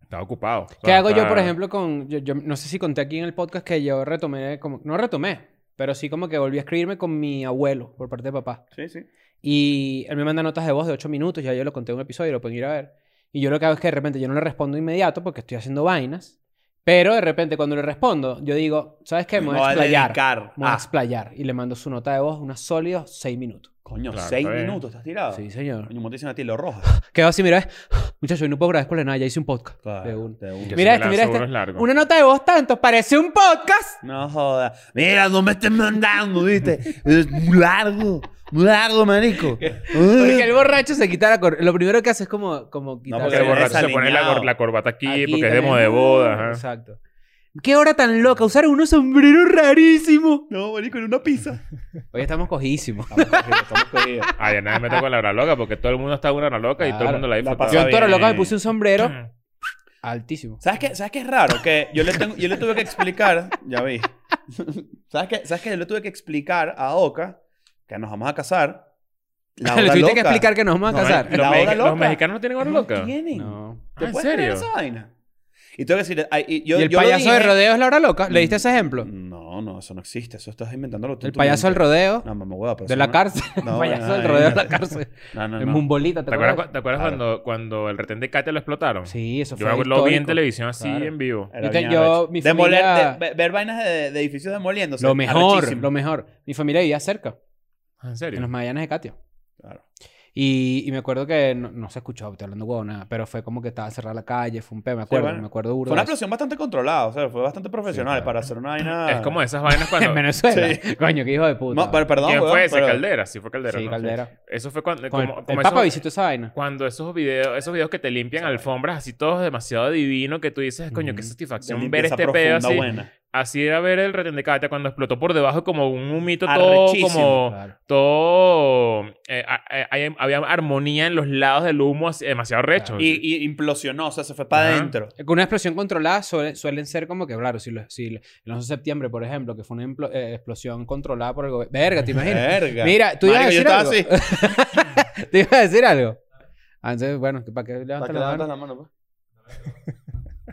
Speaker 2: estaba ocupado. O sea,
Speaker 4: ¿Qué hago yo,
Speaker 2: está-
Speaker 4: por ejemplo, con... Yo, yo no sé si conté aquí en el podcast que yo retomé, como, no retomé, pero sí como que volví a escribirme con mi abuelo por parte de papá.
Speaker 3: Sí, sí.
Speaker 4: Y él me manda notas de voz de 8 minutos, ya yo lo conté en un episodio, lo pueden ir a ver. Y yo lo que hago es que de repente yo no le respondo inmediato porque estoy haciendo vainas, pero de repente cuando le respondo, yo digo, ¿sabes qué? Me voy
Speaker 3: No
Speaker 4: a
Speaker 3: va
Speaker 4: explayar.
Speaker 3: dedicar.
Speaker 4: Me voy a
Speaker 3: Ah,
Speaker 4: explayar. Y le mando su nota de voz unos sólidos 6 minutos.
Speaker 3: coño,
Speaker 2: Claro,
Speaker 3: seis
Speaker 2: está bien.
Speaker 3: minutos, ¿estás tirado?
Speaker 4: Sí, señor.
Speaker 3: Coño, montísimo a ti, lo roja.
Speaker 4: Quedó así, mira, muchachos, yo no puedo grabar escuela de nada, ya hice un podcast.
Speaker 3: Claro,
Speaker 4: De un-
Speaker 3: de una.
Speaker 2: Que
Speaker 4: Mira
Speaker 2: si me lanzo
Speaker 4: este, mira este.
Speaker 2: uno es largo.
Speaker 4: Una nota de voz tanto, parece un podcast.
Speaker 3: No joda. Mira, no me estés mandando, ¿viste? Es muy largo. Muy largo, manico.
Speaker 4: Porque el borracho se quita la corbata. Lo primero que hace es como, como quitar
Speaker 2: Porque
Speaker 3: Porque
Speaker 2: el borracho se
Speaker 3: eres
Speaker 2: pone la,
Speaker 3: alineado.
Speaker 2: cor- la corbata aquí,
Speaker 4: Aquí
Speaker 2: porque es
Speaker 4: también. Uh,
Speaker 2: de moda de boda. ajá.
Speaker 4: Exacto. Qué hora tan loca. Usaron unos sombreros rarísimos.
Speaker 3: No, manico, en una pizza.
Speaker 4: Hoy estamos cojísimos.
Speaker 3: Estamos cogidos, estamos cogidos.
Speaker 2: Ay, ya nadie me toca la hora loca porque todo el mundo está en una hora loca y todo
Speaker 4: Claro,
Speaker 2: el mundo la
Speaker 3: la
Speaker 2: disfruta.
Speaker 4: Yo
Speaker 3: pasa
Speaker 4: en Toro
Speaker 3: bien. Mm.
Speaker 4: Loca me puse un sombrero altísimo.
Speaker 3: ¿Sabes qué, ¿Sabes qué es raro? Que yo le, tengo, yo le tuve que explicar, ya vi. ¿Sabes qué? ¿Sabes qué? Yo le tuve que explicar a Oka que nos vamos a casar. La
Speaker 4: Le
Speaker 3: hora
Speaker 4: tuviste
Speaker 3: loca.
Speaker 4: que explicar que nos vamos a
Speaker 2: No,
Speaker 4: casar.
Speaker 2: los
Speaker 3: La
Speaker 2: mexica-
Speaker 3: hora
Speaker 2: los
Speaker 3: loca.
Speaker 2: mexicanos no tienen hora loca.
Speaker 3: No tienen.
Speaker 4: No.
Speaker 3: ¿Te
Speaker 2: Ah, ¿en
Speaker 3: puedes creer
Speaker 2: serio?
Speaker 3: esa vaina? Y tengo que decir, ay, y yo,
Speaker 4: ¿Y el
Speaker 3: yo lo
Speaker 4: payaso de
Speaker 3: dije-
Speaker 4: rodeo es la hora loca? ¿Le diste ese ejemplo?
Speaker 3: No, no, eso no existe. Eso estás inventándolo tú.
Speaker 4: El
Speaker 3: tú
Speaker 4: payaso del
Speaker 3: mismo.
Speaker 4: rodeo
Speaker 3: No, mamá, hueva, pero
Speaker 4: de
Speaker 3: eso
Speaker 4: la
Speaker 3: no-
Speaker 4: cárcel.
Speaker 3: No,
Speaker 4: El payaso del
Speaker 3: ay,
Speaker 4: rodeo de
Speaker 3: no.
Speaker 4: la cárcel.
Speaker 3: No, no,
Speaker 4: El
Speaker 3: no.
Speaker 4: mumbolita, ¿te
Speaker 2: ¿Te acuerdas,
Speaker 4: acuerdas?
Speaker 2: cu- te acuerdas
Speaker 3: Claro.
Speaker 2: cuando, cuando el retén de Katia lo explotaron?
Speaker 4: Sí, eso fue
Speaker 2: Yo lo vi en
Speaker 4: histórico.
Speaker 2: televisión así
Speaker 4: Claro. Eh,
Speaker 2: en vivo.
Speaker 3: Era
Speaker 4: Yo te-
Speaker 3: bien
Speaker 4: yo-
Speaker 3: arrecho.
Speaker 4: mi
Speaker 3: Demoler-
Speaker 4: familia-
Speaker 3: de- ve- ver vainas de, de edificios demoliéndose.
Speaker 4: Lo mejor,
Speaker 3: arrechísimo.
Speaker 4: lo mejor. Mi familia vivía cerca,
Speaker 2: ¿En
Speaker 4: en
Speaker 2: serio?
Speaker 4: los Magallanes de Katia.
Speaker 3: Claro.
Speaker 4: Y, y me acuerdo que no, no se escuchó, estoy hablando huevo, nada, pero fue como que estaba cerrada la calle, fue un peo, me acuerdo,
Speaker 3: bueno.
Speaker 4: me acuerdo
Speaker 3: Fue
Speaker 4: burda
Speaker 3: una
Speaker 4: de eso.
Speaker 3: explosión bastante controlada, o sea, fue bastante profesional
Speaker 4: claro.
Speaker 3: para hacer una vaina.
Speaker 2: Es como esas vainas cuando...
Speaker 4: En Venezuela. Coño, qué hijo de puta.
Speaker 3: No, pero perdón,
Speaker 2: ¿Quién
Speaker 3: weón,
Speaker 2: fue ese?
Speaker 3: pero-
Speaker 2: Caldera. Sí, fue Caldera.
Speaker 4: sí,
Speaker 2: ¿no?
Speaker 4: Caldera.
Speaker 2: Eso fue cuando...
Speaker 4: Con el-
Speaker 2: como-
Speaker 4: el,
Speaker 2: como
Speaker 4: Papa
Speaker 2: esos-
Speaker 4: visitó esa vaina.
Speaker 2: Cuando esos videos, esos videos que te limpian alfombras así todos demasiado divino que tú dices, coño, qué
Speaker 3: de
Speaker 4: Ujú.
Speaker 2: satisfacción ver
Speaker 3: limpieza
Speaker 2: este pedo
Speaker 3: profunda
Speaker 2: así.
Speaker 3: buena.
Speaker 2: Así era ver el retén de Katia cuando explotó por debajo como un humito todo
Speaker 3: Arrechísimo,
Speaker 2: como...
Speaker 4: Claro.
Speaker 2: Todo... eh, a- a- hay- había armonía en los lados del humo así, demasiado recho.
Speaker 3: Y, y implosionó, o sea, se fue para
Speaker 2: Oh, Ajá.
Speaker 3: adentro.
Speaker 4: Con una explosión controlada suele- suelen ser como que, claro, si, lo- si el 11 de septiembre, por ejemplo, que fue una implo- eh, explosión controlada por el gobierno. Verga, ¿te imaginas?
Speaker 3: Verga.
Speaker 4: Mira, tú ibas a
Speaker 3: Marico, yo
Speaker 4: decir
Speaker 3: estaba
Speaker 4: algo.
Speaker 3: así.
Speaker 4: ¿Te ibas a decir algo? Ah, entonces, bueno, ¿para qué
Speaker 3: ¿Para
Speaker 4: levantas
Speaker 3: qué
Speaker 4: la mano?
Speaker 3: levantas la mano, pues?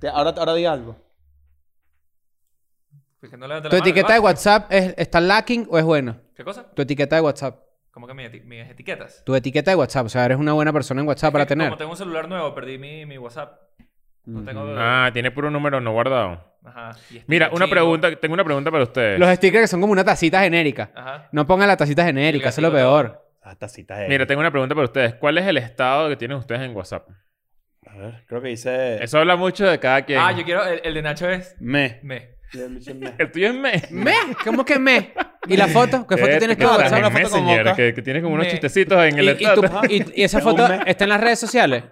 Speaker 3: Te- ahora, ahora di algo.
Speaker 5: Porque no levanta la
Speaker 4: ¿Tu
Speaker 5: mano, Pues
Speaker 4: etiqueta de
Speaker 5: ¿verdad?
Speaker 4: WhatsApp es, está lacking o es buena?
Speaker 5: ¿Qué cosa?
Speaker 4: Tu etiqueta de WhatsApp.
Speaker 5: ¿Cómo que mi eti- mis etiquetas?
Speaker 4: Tu etiqueta de WhatsApp, o sea, eres una buena persona en WhatsApp Ah, para
Speaker 5: Es que
Speaker 4: tener.
Speaker 5: Como tengo un celular nuevo, perdí mi, mi WhatsApp. No
Speaker 3: Mm.
Speaker 5: tengo.
Speaker 2: Ah, tiene puro número no guardado.
Speaker 5: Ajá. y es
Speaker 2: Mira,
Speaker 5: tipo
Speaker 2: una
Speaker 5: chino.
Speaker 2: pregunta, tengo una pregunta para ustedes.
Speaker 4: Los stickers que son como una tacita genérica.
Speaker 5: Ajá.
Speaker 4: No pongan la tacita genérica, eso es lo
Speaker 5: gatito
Speaker 4: peor.
Speaker 3: Ah, tacita de...
Speaker 2: Mira, tengo una pregunta para ustedes. ¿Cuál es el estado que tienen ustedes en WhatsApp?
Speaker 3: A ver, creo que dice...
Speaker 2: Eso habla mucho de cada quien.
Speaker 5: Ah, yo quiero. El, el de Nacho es.
Speaker 3: Me.
Speaker 5: Me.
Speaker 2: El tuyo es me.
Speaker 4: ¿Me? ¿Cómo que me? ¿Y la foto? ¿Qué foto
Speaker 2: Eh,
Speaker 4: tienes
Speaker 2: te
Speaker 4: tú?
Speaker 2: pasas
Speaker 4: WhatsApp?
Speaker 2: en
Speaker 3: una foto con
Speaker 2: Messenger,
Speaker 3: Boca.
Speaker 2: que, que tienes como unos
Speaker 5: Me.
Speaker 2: chistecitos en
Speaker 4: ¿Y,
Speaker 2: el
Speaker 4: y tu-
Speaker 2: estatus.
Speaker 4: y- y esa
Speaker 3: Según
Speaker 4: foto
Speaker 3: me.
Speaker 4: está en las redes sociales?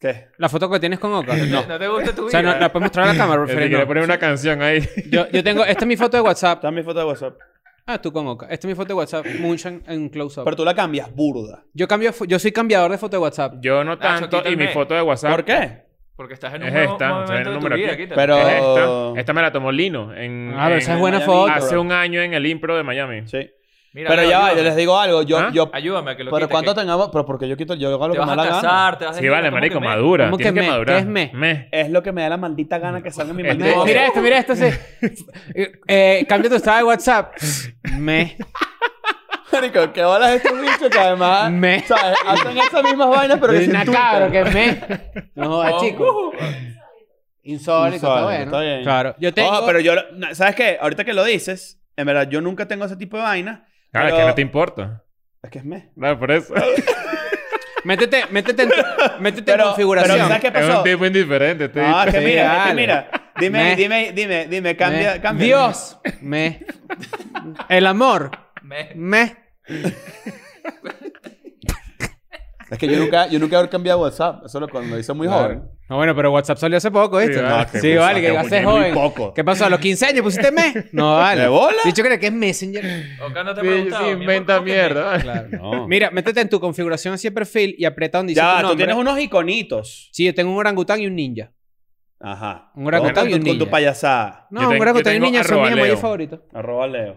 Speaker 3: ¿Qué?
Speaker 4: ¿La foto que tienes con Oka?
Speaker 5: No, no te gusta tu vida.
Speaker 4: O sea, no, la puedes mostrar a la cámara,
Speaker 2: Eh,
Speaker 4: Fred,
Speaker 2: si quieres
Speaker 4: no.
Speaker 2: poner una canción ahí.
Speaker 4: Yo, yo tengo... Esta es mi foto de WhatsApp.
Speaker 3: Está mi foto de WhatsApp.
Speaker 4: Ah, tú con Oka. Esta es mi foto de WhatsApp. Moonshine en
Speaker 3: Pero
Speaker 4: close-up.
Speaker 3: tú la cambias burda.
Speaker 4: Yo, cambio, fo- yo soy cambiador de foto de WhatsApp.
Speaker 2: Yo no tanto,
Speaker 5: quita el
Speaker 2: y mi
Speaker 5: me.
Speaker 2: foto de WhatsApp
Speaker 3: ¿Por qué?
Speaker 5: Porque estás en un
Speaker 2: es
Speaker 5: nuevo
Speaker 2: esta. o sea,
Speaker 5: momento
Speaker 2: el
Speaker 5: de tu
Speaker 2: número
Speaker 5: vida.
Speaker 2: aquí.
Speaker 5: quítalo.
Speaker 3: Pero-
Speaker 2: Es
Speaker 3: Oh.
Speaker 2: esta. Esta me la tomó Lino en,
Speaker 4: Ah, pero esa
Speaker 2: Mm, en-
Speaker 4: es buena
Speaker 3: Miami,
Speaker 4: foto.
Speaker 2: hace
Speaker 3: bro.
Speaker 2: un año en el impro de Miami.
Speaker 3: Sí.
Speaker 5: Mira,
Speaker 3: Pero
Speaker 5: Leo,
Speaker 3: ya va, yo
Speaker 5: ayúdame.
Speaker 3: les digo algo. Yo...
Speaker 2: ¿Ah?
Speaker 3: yo...
Speaker 5: Ayúdame a que lo
Speaker 3: Pero
Speaker 5: quites,
Speaker 3: ¿cuánto
Speaker 5: que-
Speaker 3: tengamos? Pero porque yo quito... Yo hago lo
Speaker 5: te
Speaker 3: que me da
Speaker 5: vas a
Speaker 3: la gana.
Speaker 5: casar, te vas a
Speaker 2: Sí, vale, marico, madura.
Speaker 4: ¿Cómo que
Speaker 2: Tienes que,
Speaker 4: me? ¿Qué
Speaker 2: madurar.
Speaker 4: es me?
Speaker 3: Es lo que me da la maldita gana que salga en mi
Speaker 2: Este-
Speaker 3: maldito...
Speaker 4: Mira esto, mira esto. sí. Eh, eh, cambia tu estado de WhatsApp. Me.
Speaker 3: Marico, qué bolas estos bichos que además...
Speaker 4: Me.
Speaker 3: ¿Sabes? Hacen esas mismas vainas, pero que Oh.
Speaker 4: Una
Speaker 3: sin tú.
Speaker 4: cabra que me. No jodas, chico. Insólito, está
Speaker 3: Insólito,
Speaker 4: bueno.
Speaker 3: está bien.
Speaker 4: Claro. Yo tengo...
Speaker 3: Ojo, pero yo... lo- no, ¿Sabes qué? Ahorita que lo dices, en verdad, yo nunca tengo ese tipo de vainas.
Speaker 2: Claro, Ah, es
Speaker 3: pero-
Speaker 2: que no te importa.
Speaker 3: Es que es me.
Speaker 2: Claro, por eso.
Speaker 4: Métete, métete en, métete en configuración.
Speaker 3: Pero ¿sabes qué
Speaker 2: Es
Speaker 3: pasó? Ah,
Speaker 2: un tipo indiferente. este
Speaker 3: No, es que
Speaker 4: Sí,
Speaker 3: mira, es que
Speaker 4: dale.
Speaker 3: mira. Dime,
Speaker 4: Me.
Speaker 3: dime, dime, dime, cambia,
Speaker 4: Me.
Speaker 3: cambia.
Speaker 4: Dios. Me. El amor.
Speaker 5: Me.
Speaker 4: Me.
Speaker 3: Es que yo nunca, yo nunca he cambiado WhatsApp. Eso lo, cuando lo hice muy joven.
Speaker 4: No, bueno, pero WhatsApp salió hace poco, ¿viste?
Speaker 2: Sí,
Speaker 4: Sí,
Speaker 2: vale.
Speaker 4: vale,
Speaker 3: Ah, que
Speaker 4: que
Speaker 3: WhatsApp,
Speaker 4: hace
Speaker 3: que muy
Speaker 4: joven.
Speaker 3: poco.
Speaker 4: ¿Qué pasó? ¿A los 15 años pusiste me? No, vale.
Speaker 3: ¿De bola?
Speaker 4: Dicho que que es Messenger.
Speaker 5: Oca, no te he
Speaker 2: Sí,
Speaker 5: preguntado.
Speaker 2: sí,
Speaker 5: mi amor,
Speaker 2: inventa
Speaker 5: ¿cómo que me?
Speaker 2: mierda.
Speaker 4: Claro.
Speaker 3: No.
Speaker 4: Mira, métete en tu configuración así de perfil y aprieta donde dice
Speaker 3: ya,
Speaker 4: tu
Speaker 3: tú
Speaker 4: nombre.
Speaker 3: tienes unos iconitos.
Speaker 4: Sí, yo tengo un orangután y un ninja.
Speaker 3: Ajá.
Speaker 4: Un orangután
Speaker 3: Todo
Speaker 4: y
Speaker 3: con,
Speaker 4: un
Speaker 3: tu- con tu
Speaker 4: ninja.
Speaker 3: payasada.
Speaker 4: No,
Speaker 2: Yo tengo-
Speaker 4: un orangután y
Speaker 2: yo
Speaker 4: un
Speaker 2: tengo
Speaker 4: ninja son mis
Speaker 2: arroba Leo.
Speaker 4: emojis favoritos.
Speaker 3: Arroba Leo.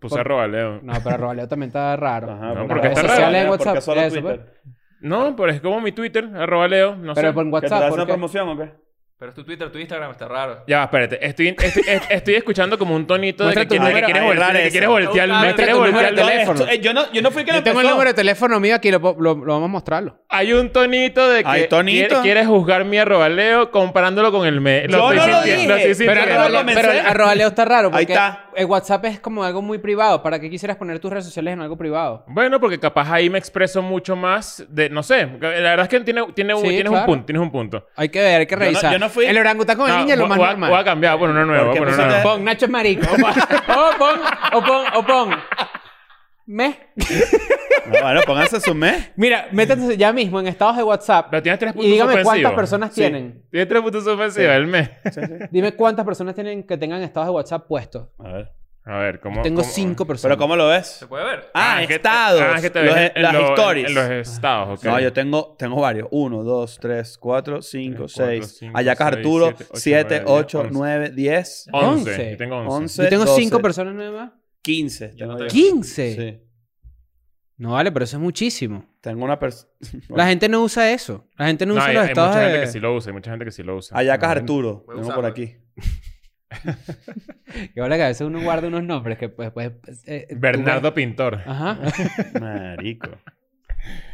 Speaker 2: Puse arroba, Leo.
Speaker 4: No, pero Roleo también está raro.
Speaker 3: Ajá.
Speaker 2: No,
Speaker 3: por-
Speaker 2: porque
Speaker 3: por-
Speaker 2: está
Speaker 3: por-
Speaker 2: raro.
Speaker 4: en
Speaker 3: porque
Speaker 4: WhatsApp,
Speaker 3: solo
Speaker 4: eso, pues.
Speaker 3: Twitter.
Speaker 2: No, pero es como mi Twitter, arroba Leo. No
Speaker 4: pero
Speaker 2: sé.
Speaker 4: por
Speaker 3: ¿Que te das
Speaker 4: WhatsApp,
Speaker 3: una
Speaker 4: ¿por qué?
Speaker 3: promoción o qué?
Speaker 5: Pero es tu Twitter, tu Instagram, está raro.
Speaker 2: Ya, va, espérate. Estoy, estoy, est- estoy escuchando como un tonito de
Speaker 4: Muestra
Speaker 2: que,
Speaker 4: tu
Speaker 2: quieres- de que
Speaker 4: número.
Speaker 2: quieres
Speaker 3: Ay,
Speaker 2: voltear,
Speaker 3: raro
Speaker 2: de que
Speaker 3: eso.
Speaker 2: quieres voltear, de
Speaker 5: Muestra
Speaker 2: que
Speaker 5: tu
Speaker 2: quieres
Speaker 4: número
Speaker 2: voltear
Speaker 4: de
Speaker 2: el
Speaker 4: teléfono.
Speaker 2: teléfono.
Speaker 3: Esto- eh, yo, no, yo no fui que
Speaker 4: Yo
Speaker 3: lo
Speaker 4: tengo el
Speaker 3: empezó.
Speaker 4: número de teléfono mío aquí, lo, po- lo- lo vamos a mostrarlo.
Speaker 2: Hay un tonito de que
Speaker 3: Hay tonito.
Speaker 2: quiere- quieres juzgar mi arroba Leo comparándolo con el me.
Speaker 3: Yo no lo
Speaker 2: sintiendo,
Speaker 3: dije.
Speaker 2: estoy
Speaker 4: Pero,
Speaker 3: yo
Speaker 2: sintiendo.
Speaker 3: no lo
Speaker 4: arroba,
Speaker 3: comencé.
Speaker 4: pero el arroba Leo está raro porque
Speaker 3: Ahí está.
Speaker 4: el WhatsApp es como algo muy privado. ¿Para qué quisieras poner tus redes sociales en algo privado?
Speaker 2: Bueno, porque capaz ahí me expreso mucho más de, no sé, la verdad es que tiene, tiene, un-
Speaker 4: Sí,
Speaker 2: tienes un
Speaker 4: claro.
Speaker 2: punto, tienes un punto.
Speaker 4: Hay que ver, hay que
Speaker 3: no-
Speaker 4: revisar.
Speaker 3: yo no fui-
Speaker 4: El orangután con el
Speaker 2: No,
Speaker 4: niño es lo
Speaker 2: voy-
Speaker 4: más
Speaker 2: voy a-
Speaker 4: normal.
Speaker 2: Voy a cambiar, bueno, uno nuevo,
Speaker 3: Porque
Speaker 2: bueno,
Speaker 3: pusiste-
Speaker 2: nuevo.
Speaker 4: Pon, Nacho es marico. O pon, o pon, o pon, o pon. Me.
Speaker 3: No, bueno, pónganse su mes.
Speaker 4: Mira, métete ya mismo en estados de WhatsApp.
Speaker 2: Pero tienes tres puntos
Speaker 4: Y dígame cuántas
Speaker 2: suspensivos.
Speaker 4: personas
Speaker 3: Sí.
Speaker 4: tienen.
Speaker 2: Tienes tres puntos ofensivos, el me.
Speaker 4: Dime cuántas personas tienen que tengan estados de WhatsApp puestos.
Speaker 3: A ver.
Speaker 2: A ver, ¿cómo?
Speaker 4: Tengo
Speaker 2: cómo-
Speaker 4: cinco personas.
Speaker 3: ¿Pero cómo lo ves?
Speaker 5: ¿Se puede ver?
Speaker 3: Ah,
Speaker 2: es que te-
Speaker 3: estados.
Speaker 2: ah, es que te
Speaker 3: Los- e-
Speaker 2: ves en
Speaker 3: las
Speaker 2: los-
Speaker 3: stories.
Speaker 2: En los estados, ok.
Speaker 3: No, yo tengo, tengo varios. Uno, dos, tres, cuatro, cinco,
Speaker 2: Tres, cuatro,
Speaker 3: seis.
Speaker 2: cinco,
Speaker 3: Ayacas
Speaker 2: seis,
Speaker 3: Arturo,
Speaker 2: siete, ocho,
Speaker 3: siete,
Speaker 2: nueve,
Speaker 3: ocho,
Speaker 2: once.
Speaker 3: nueve, diez,
Speaker 2: Once.
Speaker 4: Once.
Speaker 2: Yo tengo once.
Speaker 3: once.
Speaker 4: Yo tengo
Speaker 3: 12,
Speaker 4: cinco personas nada más.
Speaker 3: Quince.
Speaker 5: Yo no
Speaker 3: tengo
Speaker 5: tengo.
Speaker 3: yo.
Speaker 4: ¿15?
Speaker 3: Sí.
Speaker 4: No vale, pero eso es muchísimo.
Speaker 3: Tengo una persona.
Speaker 4: La gente no usa eso. La gente no,
Speaker 2: No,
Speaker 4: usa
Speaker 2: hay,
Speaker 4: los
Speaker 2: hay
Speaker 4: estados
Speaker 2: mucha
Speaker 4: de...
Speaker 2: gente que sí lo usa, hay mucha gente que sí lo usa.
Speaker 3: Ayacas
Speaker 2: No,
Speaker 3: Arturo.
Speaker 5: Voy
Speaker 3: Tengo
Speaker 5: a usarlo.
Speaker 3: por aquí.
Speaker 4: Que vale que a veces uno guarda unos nombres que pues, pues, eh, tú
Speaker 2: Bernardo
Speaker 4: ves-
Speaker 2: Pintor.
Speaker 4: Ajá.
Speaker 3: Marico.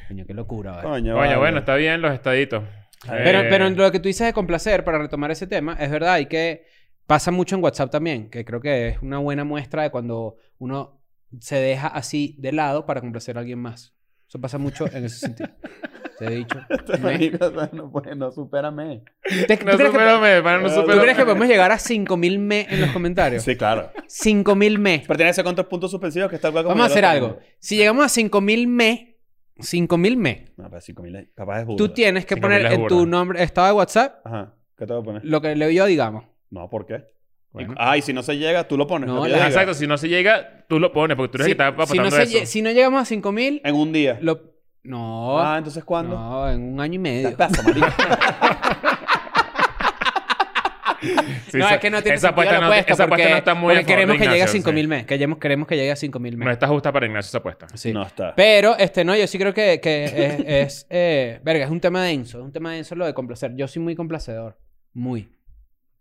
Speaker 4: Coño, qué locura, vale.
Speaker 3: Coño,
Speaker 2: Oye,
Speaker 3: vale.
Speaker 2: bueno, está bien los estaditos.
Speaker 4: Pero,
Speaker 2: Eh,
Speaker 4: pero lo que tú dices de complacer, para retomar ese tema, es verdad y que pasa mucho en WhatsApp también, que creo que es una buena muestra de cuando uno se deja así de lado para complacer a alguien más. Eso pasa mucho en ese sentido. Te he dicho. ¿Tú
Speaker 3: Marico, o sea, no, puede- no, supérame.
Speaker 4: te- tú
Speaker 2: Eh, No
Speaker 4: crees que-
Speaker 2: supero me, para no
Speaker 3: ¿Tú
Speaker 4: ¿Tú
Speaker 2: supero
Speaker 4: crees que
Speaker 2: me.
Speaker 4: podemos llegar a 5000 me en los comentarios?
Speaker 3: Sí, claro.
Speaker 4: 5000 me.
Speaker 3: Pertenece con tres puntos suspensivos que está igual como
Speaker 4: Vamos a
Speaker 3: yo lo
Speaker 4: hacer
Speaker 3: tengo.
Speaker 4: algo. Si llegamos a 5000 me, 5000 me,
Speaker 3: No, pero cinco mil. Capaz es burda.
Speaker 4: tú tienes que
Speaker 2: 5000
Speaker 4: poner
Speaker 2: es
Speaker 4: en tu
Speaker 2: burda.
Speaker 4: nombre, estado de WhatsApp,
Speaker 3: Ajá. ¿Qué te voy a poner?
Speaker 4: lo que Leo y yo digamos.
Speaker 3: No, ¿por qué?
Speaker 4: Bueno.
Speaker 3: Ah, y si no se llega, tú lo pones.
Speaker 4: No,
Speaker 3: lo que
Speaker 4: la-
Speaker 3: yo diga.
Speaker 2: Exacto, si no se llega, tú lo pones, porque tú eres
Speaker 4: Si-
Speaker 2: el que está
Speaker 4: si,
Speaker 2: aportando
Speaker 4: no se lle-
Speaker 2: eso.
Speaker 4: si no llegamos a 5000,
Speaker 3: En un día.
Speaker 4: lo... No.
Speaker 3: Ah, entonces ¿cuándo?
Speaker 4: No, en un año y medio.
Speaker 3: Pasa, marico.
Speaker 2: Sí,
Speaker 4: no,
Speaker 2: esa-
Speaker 4: es que no tiene
Speaker 2: esa
Speaker 4: sentido
Speaker 2: apuesta
Speaker 4: la
Speaker 2: no-
Speaker 4: apuesta
Speaker 2: esa apuesta
Speaker 4: porque,
Speaker 2: no está muy a favor
Speaker 4: porque
Speaker 2: de
Speaker 4: queremos que llegue a
Speaker 2: Ignacio,
Speaker 4: 5000 mes, queremos, queremos que llegue a 5000 mes.
Speaker 2: No está justa para Ignacio esa apuesta.
Speaker 4: Sí.
Speaker 3: No está.
Speaker 4: Pero, este, no, yo sí creo que, que es, es, eh, verga, es un tema denso, es un tema denso lo de complacer. Yo soy muy complacedor, muy,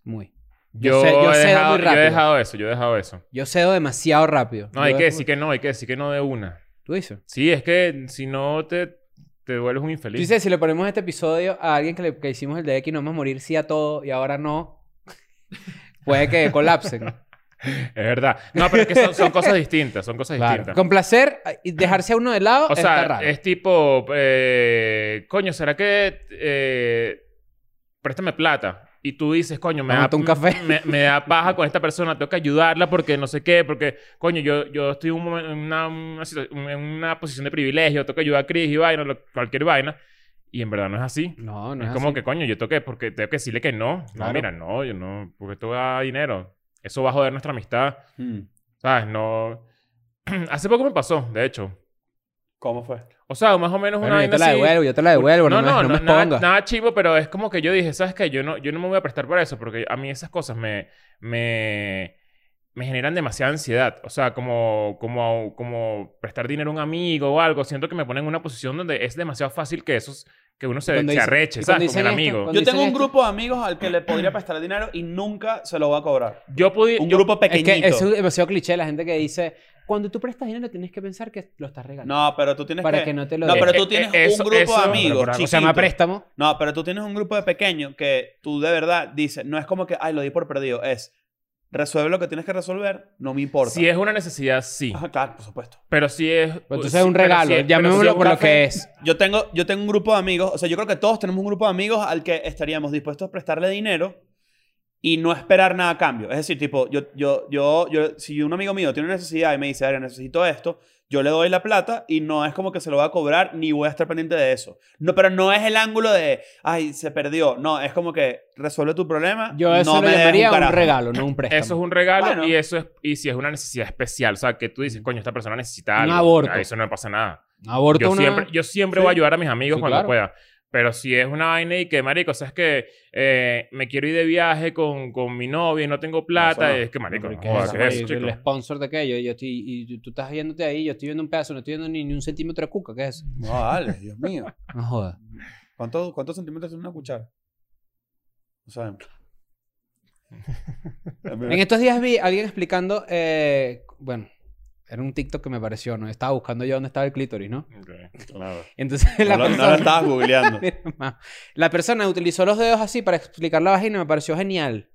Speaker 4: muy.
Speaker 2: Yo,
Speaker 4: sé- yo
Speaker 2: he
Speaker 4: cedo
Speaker 2: dejado,
Speaker 4: muy
Speaker 2: yo he
Speaker 4: rápido.
Speaker 2: dejado eso, yo he dejado eso.
Speaker 4: Yo cedo demasiado rápido.
Speaker 2: No, hay
Speaker 4: Yo-
Speaker 2: que decir que no, hay que decir que no de una.
Speaker 4: ¿Tú dices?
Speaker 2: Sí, es que si no te, te vuelves un
Speaker 4: Tú
Speaker 2: infeliz.
Speaker 4: dices, si le ponemos este episodio a alguien que, le, que hicimos el de X, nos vamos a morir sí a todo y ahora no, puede que colapsen.
Speaker 2: Es verdad. No, pero es que son, son cosas distintas. Son cosas
Speaker 4: Claro.
Speaker 2: distintas.
Speaker 4: Complacer y dejarse a uno de lado
Speaker 2: O
Speaker 4: está
Speaker 2: sea,
Speaker 4: raro.
Speaker 2: es tipo, eh, coño, ¿será que eh, préstame plata? Y tú dices, coño, me da,
Speaker 4: Tómate un café.
Speaker 2: Me, me da paja con esta persona, tengo que ayudarla porque no sé qué, porque, coño, yo, yo estoy en un momen- en una, una situa- en una posición de privilegio, tengo que ayudar a Chris y vaina, lo- cualquier vaina. Y en verdad no es así.
Speaker 4: No, no
Speaker 2: es
Speaker 4: es,
Speaker 2: como
Speaker 4: así.
Speaker 2: que, coño, yo tengo que, porque tengo que decirle que no. No,
Speaker 4: Claro.
Speaker 2: mira, no, yo no, porque esto da dinero. Eso va a joder nuestra amistad.
Speaker 3: Hmm.
Speaker 2: ¿Sabes? No. Hace poco me pasó, de hecho.
Speaker 3: ¿Cómo fue?
Speaker 2: O sea, más o menos
Speaker 4: Bueno,
Speaker 2: una
Speaker 4: yo te
Speaker 2: vaina
Speaker 4: la
Speaker 2: así.
Speaker 4: devuelvo, yo te la devuelvo, no, me, no me
Speaker 2: nada,
Speaker 4: expongas.
Speaker 2: nada chivo, pero es como que yo dije, ¿sabes qué? Yo no, yo no me voy a prestar para eso porque a mí esas cosas me, me, me generan demasiada ansiedad. O sea, como, como, como prestar dinero a un amigo o algo. Siento que me ponen en una posición donde es demasiado fácil que esos, que uno se,
Speaker 4: Cuando
Speaker 2: se
Speaker 4: dice-
Speaker 2: arreche,
Speaker 4: y
Speaker 2: ¿sabes? Con
Speaker 4: cuando dicen
Speaker 2: el
Speaker 4: esto,
Speaker 2: amigo.
Speaker 4: cuando-
Speaker 3: Yo tengo un
Speaker 4: dicen esto-
Speaker 3: grupo de amigos al que le podría prestar dinero y nunca se lo va a cobrar.
Speaker 2: Yo pude...
Speaker 3: Un
Speaker 2: yo-
Speaker 3: grupo
Speaker 4: Es
Speaker 3: pequeñito.
Speaker 4: que eso es demasiado cliché la gente que dice, cuando tú prestas dinero tienes que pensar que lo estás regalando.
Speaker 3: No, pero tú tienes
Speaker 4: para que,
Speaker 3: que...
Speaker 4: no te lo E-
Speaker 3: No,
Speaker 4: den.
Speaker 3: pero tú
Speaker 2: Eh,
Speaker 3: tienes
Speaker 2: eh, eso-
Speaker 3: un grupo
Speaker 2: eso-
Speaker 3: de
Speaker 2: Pero
Speaker 3: amigos
Speaker 2: por algo
Speaker 4: O
Speaker 2: se
Speaker 4: sea, me
Speaker 3: chiquitos.
Speaker 4: préstamo. Pues
Speaker 3: No, pero tú tienes un grupo de pequeños que tú de verdad dices, no es como que, ay, lo di por perdido, es resuelve lo que tienes que resolver, no me importa.
Speaker 2: Si es una necesidad, sí.
Speaker 3: Ajá, claro, por supuesto.
Speaker 2: Pero si es...
Speaker 4: Pero Pues Entonces es un regalo,
Speaker 2: Pues pero si- pero si
Speaker 4: llamémoslo
Speaker 2: es un
Speaker 4: por lo
Speaker 2: café-
Speaker 4: que es.
Speaker 3: Yo tengo, yo tengo un grupo de amigos, o sea, yo creo que todos tenemos un grupo de amigos al que estaríamos dispuestos a prestarle dinero y no esperar nada a cambio. Es decir, tipo, yo, yo, yo, yo, si un amigo mío tiene una necesidad y me dice, Ari, necesito esto, yo le doy la plata y no es como que se lo va a cobrar ni voy a estar pendiente de eso. No, pero no es el ángulo de, ay, se perdió. No, es como que resuelve tu problema.
Speaker 4: Yo eso
Speaker 3: no
Speaker 4: lo
Speaker 3: me des
Speaker 4: llamaría un,
Speaker 3: carajo.
Speaker 4: regalo, no un préstamo.
Speaker 2: Eso es un regalo
Speaker 3: Bueno.
Speaker 2: y eso es y si es una necesidad especial, o sea, que tú dices, coño, esta persona necesita
Speaker 4: Mm. Un
Speaker 2: algo.
Speaker 4: aborto.
Speaker 2: A eso no me pasa nada.
Speaker 4: Aborto
Speaker 2: Yo
Speaker 4: una-
Speaker 2: siempre, yo siempre
Speaker 4: Sí.
Speaker 2: voy a ayudar a mis amigos
Speaker 4: Sí,
Speaker 2: cuando
Speaker 4: claro.
Speaker 2: pueda. Pero si es una vaina y que, marico, sabes que eh, me quiero ir de viaje con, con mi novia y no tengo plata,
Speaker 3: No, eso no.
Speaker 2: es que, marico,
Speaker 4: Porque
Speaker 2: no,
Speaker 4: es
Speaker 2: joda,
Speaker 4: eso,
Speaker 2: ¿qué es eso,
Speaker 4: marico,
Speaker 2: chico?
Speaker 4: el sponsor de aquello. Yo estoy, y tú- tú estás viéndote ahí, yo estoy viendo un pedazo, no estoy viendo ni, ni un centímetro de cuca. ¿Qué es eso?
Speaker 3: No, vale, Dios mío.
Speaker 4: No jodas.
Speaker 3: ¿Cuánto- ¿Cuántos centímetros es una cuchara? No sabemos.
Speaker 4: En estos días vi a alguien explicando, eh, bueno, era un TikTok que me pareció, ¿no? Estaba buscando yo dónde estaba el clítoris, ¿no?
Speaker 2: Ok, claro.
Speaker 4: Entonces la
Speaker 3: no, lo- no
Speaker 4: persona...
Speaker 3: lo estabas googleando.
Speaker 4: Mira, ma. la persona utilizó los dedos así para explicar la vagina, me pareció genial.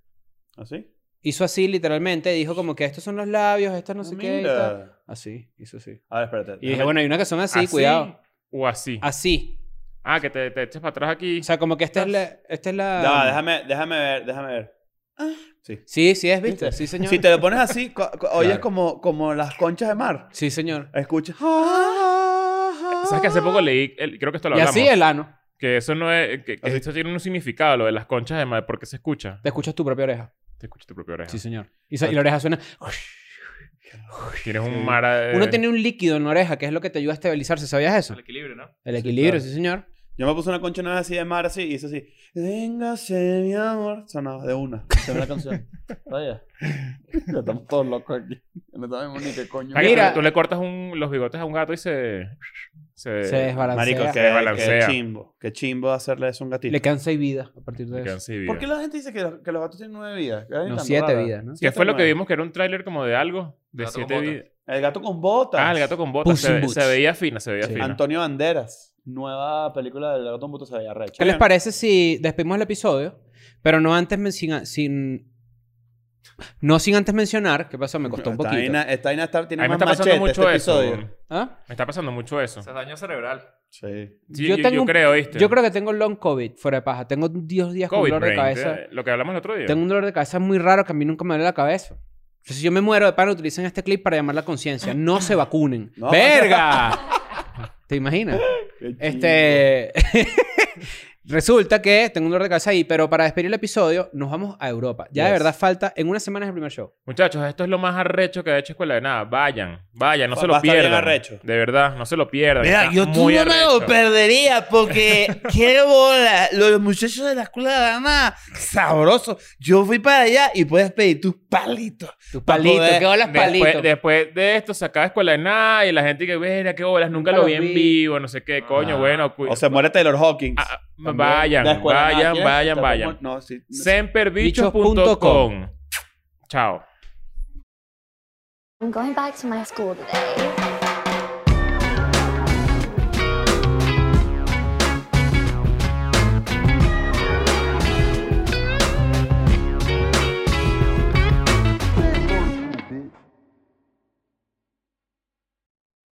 Speaker 3: ¿Así?
Speaker 4: Hizo así literalmente, dijo como que estos son los labios, estos no
Speaker 2: Ah,
Speaker 4: sé qué. y tal.
Speaker 3: Ah, Mira.
Speaker 4: Así, hizo así.
Speaker 3: A ver, espérate.
Speaker 4: Y dije, bueno, hay unas que son así,
Speaker 2: ¿Así
Speaker 4: cuidado.
Speaker 2: O así.
Speaker 4: Así.
Speaker 2: Ah, que te, te eches para atrás aquí.
Speaker 4: O sea, como que esta es la... Esta es la...
Speaker 3: No, déjame, déjame ver, déjame ver.
Speaker 2: Ah.
Speaker 4: Sí, sí es, ¿viste?
Speaker 3: ¿Viste?
Speaker 4: Sí, señor.
Speaker 3: Si te lo pones así, co- co- oyes
Speaker 4: Claro.
Speaker 3: como, como las conchas de mar.
Speaker 4: Sí, señor.
Speaker 2: Ah,
Speaker 3: Escucha.
Speaker 2: ¿Sabes que hace poco leí, el- creo que esto lo
Speaker 4: Y
Speaker 2: hablamos,
Speaker 4: así el ano.
Speaker 2: que eso no es, que, que
Speaker 3: Así.
Speaker 2: eso tiene un significado, lo de las conchas de madre, porque se escucha.
Speaker 4: Te escuchas tu propia oreja.
Speaker 2: Te escucha tu propia oreja.
Speaker 4: Sí, señor. Y, sa- y la oreja suena...
Speaker 2: Tienes un mar... eh,
Speaker 4: Uno tiene un líquido en la oreja que es lo que te ayuda a estabilizarse. ¿Sabías eso?
Speaker 5: El equilibrio, ¿no?
Speaker 4: El
Speaker 3: Sí,
Speaker 4: equilibrio,
Speaker 3: claro.
Speaker 4: sí, señor.
Speaker 3: Yo me puse una concha una vez así de mar así y hice así. Véngase, mi amor. Sonaba de una. Sonaba la canción. Vaya. Ya estamos todos locos aquí. No sabemos ni qué coño.
Speaker 2: Ay,
Speaker 4: Mira.
Speaker 2: pero tú le cortas un- los bigotes a un gato y se. Se,
Speaker 4: Se desbalancea.
Speaker 3: Marico,
Speaker 2: Se
Speaker 3: qué, qué
Speaker 2: balancea.
Speaker 3: chimbo. Qué chimbo hacerle eso a un gatito.
Speaker 4: Le cansa y vida a partir de
Speaker 2: se quedan
Speaker 4: eso.
Speaker 2: sin vida.
Speaker 3: ¿Por qué la gente dice que, los- que los gatos tienen nueve vidas? ¿Qué hay
Speaker 4: No,
Speaker 3: tan
Speaker 4: siete
Speaker 3: rara?
Speaker 4: vidas, ¿no?
Speaker 2: ¿Qué
Speaker 3: Siete,
Speaker 2: fue lo que
Speaker 3: nueve.
Speaker 2: vimos que era un tráiler como de algo? De
Speaker 5: Gato con
Speaker 2: siete
Speaker 5: botas.
Speaker 2: vidas.
Speaker 3: El gato con botas.
Speaker 2: Ah, el gato con botas.
Speaker 4: Puss in
Speaker 2: Se,
Speaker 4: Boots.
Speaker 2: se veía fina, se veía
Speaker 4: Sí.
Speaker 2: fina.
Speaker 3: Antonio Banderas. Nueva película del gato con botas se veía recha.
Speaker 4: ¿Qué les parece si despedimos el episodio? Pero no antes men- sin, a- sin- No sin antes mencionar. ¿Qué pasó? Me costó un
Speaker 3: Esta
Speaker 4: poquito.
Speaker 3: vaina- esta vaina está-
Speaker 2: A
Speaker 3: tiene
Speaker 2: mí me
Speaker 3: más
Speaker 2: está pasando
Speaker 3: machete
Speaker 2: mucho
Speaker 3: este
Speaker 2: eso.
Speaker 3: episodio.
Speaker 4: ¿Ah?
Speaker 2: Me está pasando mucho eso.
Speaker 5: O sea, daño cerebral.
Speaker 3: Sí.
Speaker 2: Sí, yo,
Speaker 4: Yo tengo
Speaker 2: yo
Speaker 4: un-
Speaker 2: creo, ¿viste?
Speaker 4: Yo creo que tengo long COVID, fuera de paja. Tengo 10 días con
Speaker 2: COVID
Speaker 4: dolor de
Speaker 2: brain,
Speaker 4: cabeza.
Speaker 2: eh, Lo que hablamos el otro día.
Speaker 4: Tengo un dolor de cabeza muy raro que a mí nunca me duele la cabeza. Entonces, si yo me muero de pan, utilicen este clip para llamar la conciencia. No se vacunen.
Speaker 3: No.
Speaker 4: ¡Verga! ¿Te imaginas?
Speaker 3: Qué
Speaker 4: Este. Resulta que tengo un dolor de cabeza ahí, pero para despedir el episodio, nos vamos a Europa. Ya de
Speaker 3: Yes.
Speaker 4: verdad falta. En una semana es el primer show.
Speaker 2: Muchachos, esto es lo más arrecho que ha hecho Escuela de Nada. Vayan, vayan, no
Speaker 3: Va-
Speaker 2: se lo
Speaker 3: va a estar bien
Speaker 2: pierdan.
Speaker 3: arrecho.
Speaker 2: De verdad, no se lo pierdan.
Speaker 8: Mira,
Speaker 2: Está
Speaker 8: yo tú
Speaker 2: muy
Speaker 8: no me
Speaker 2: arrecho.
Speaker 8: lo perdería porque qué bola. Los muchachos de la escuela de la nada, sabroso. Yo fui para allá y puedes pedir tus palitos.
Speaker 4: Tus
Speaker 8: Pa'
Speaker 4: palitos,
Speaker 8: poder-
Speaker 4: qué olas
Speaker 2: Después,
Speaker 4: palitos.
Speaker 2: después de esto sacaba escuela de nada y la gente que, mira, qué bolas, nunca, lo
Speaker 4: Nunca lo
Speaker 2: vi en
Speaker 4: vi".
Speaker 2: vivo, no sé qué, coño,
Speaker 5: Ah.
Speaker 2: bueno. cu-
Speaker 3: O se muere Taylor Hawkins.
Speaker 2: Ah, ah,
Speaker 3: También.
Speaker 2: vayan,
Speaker 3: De escuela, nada,
Speaker 2: vayan,
Speaker 3: ¿quieres?
Speaker 2: vayan,
Speaker 3: Te
Speaker 2: vayan.
Speaker 3: pongo- No, sí. no,
Speaker 2: Semperbichos.com. Chao.
Speaker 1: I'm going back to my school today.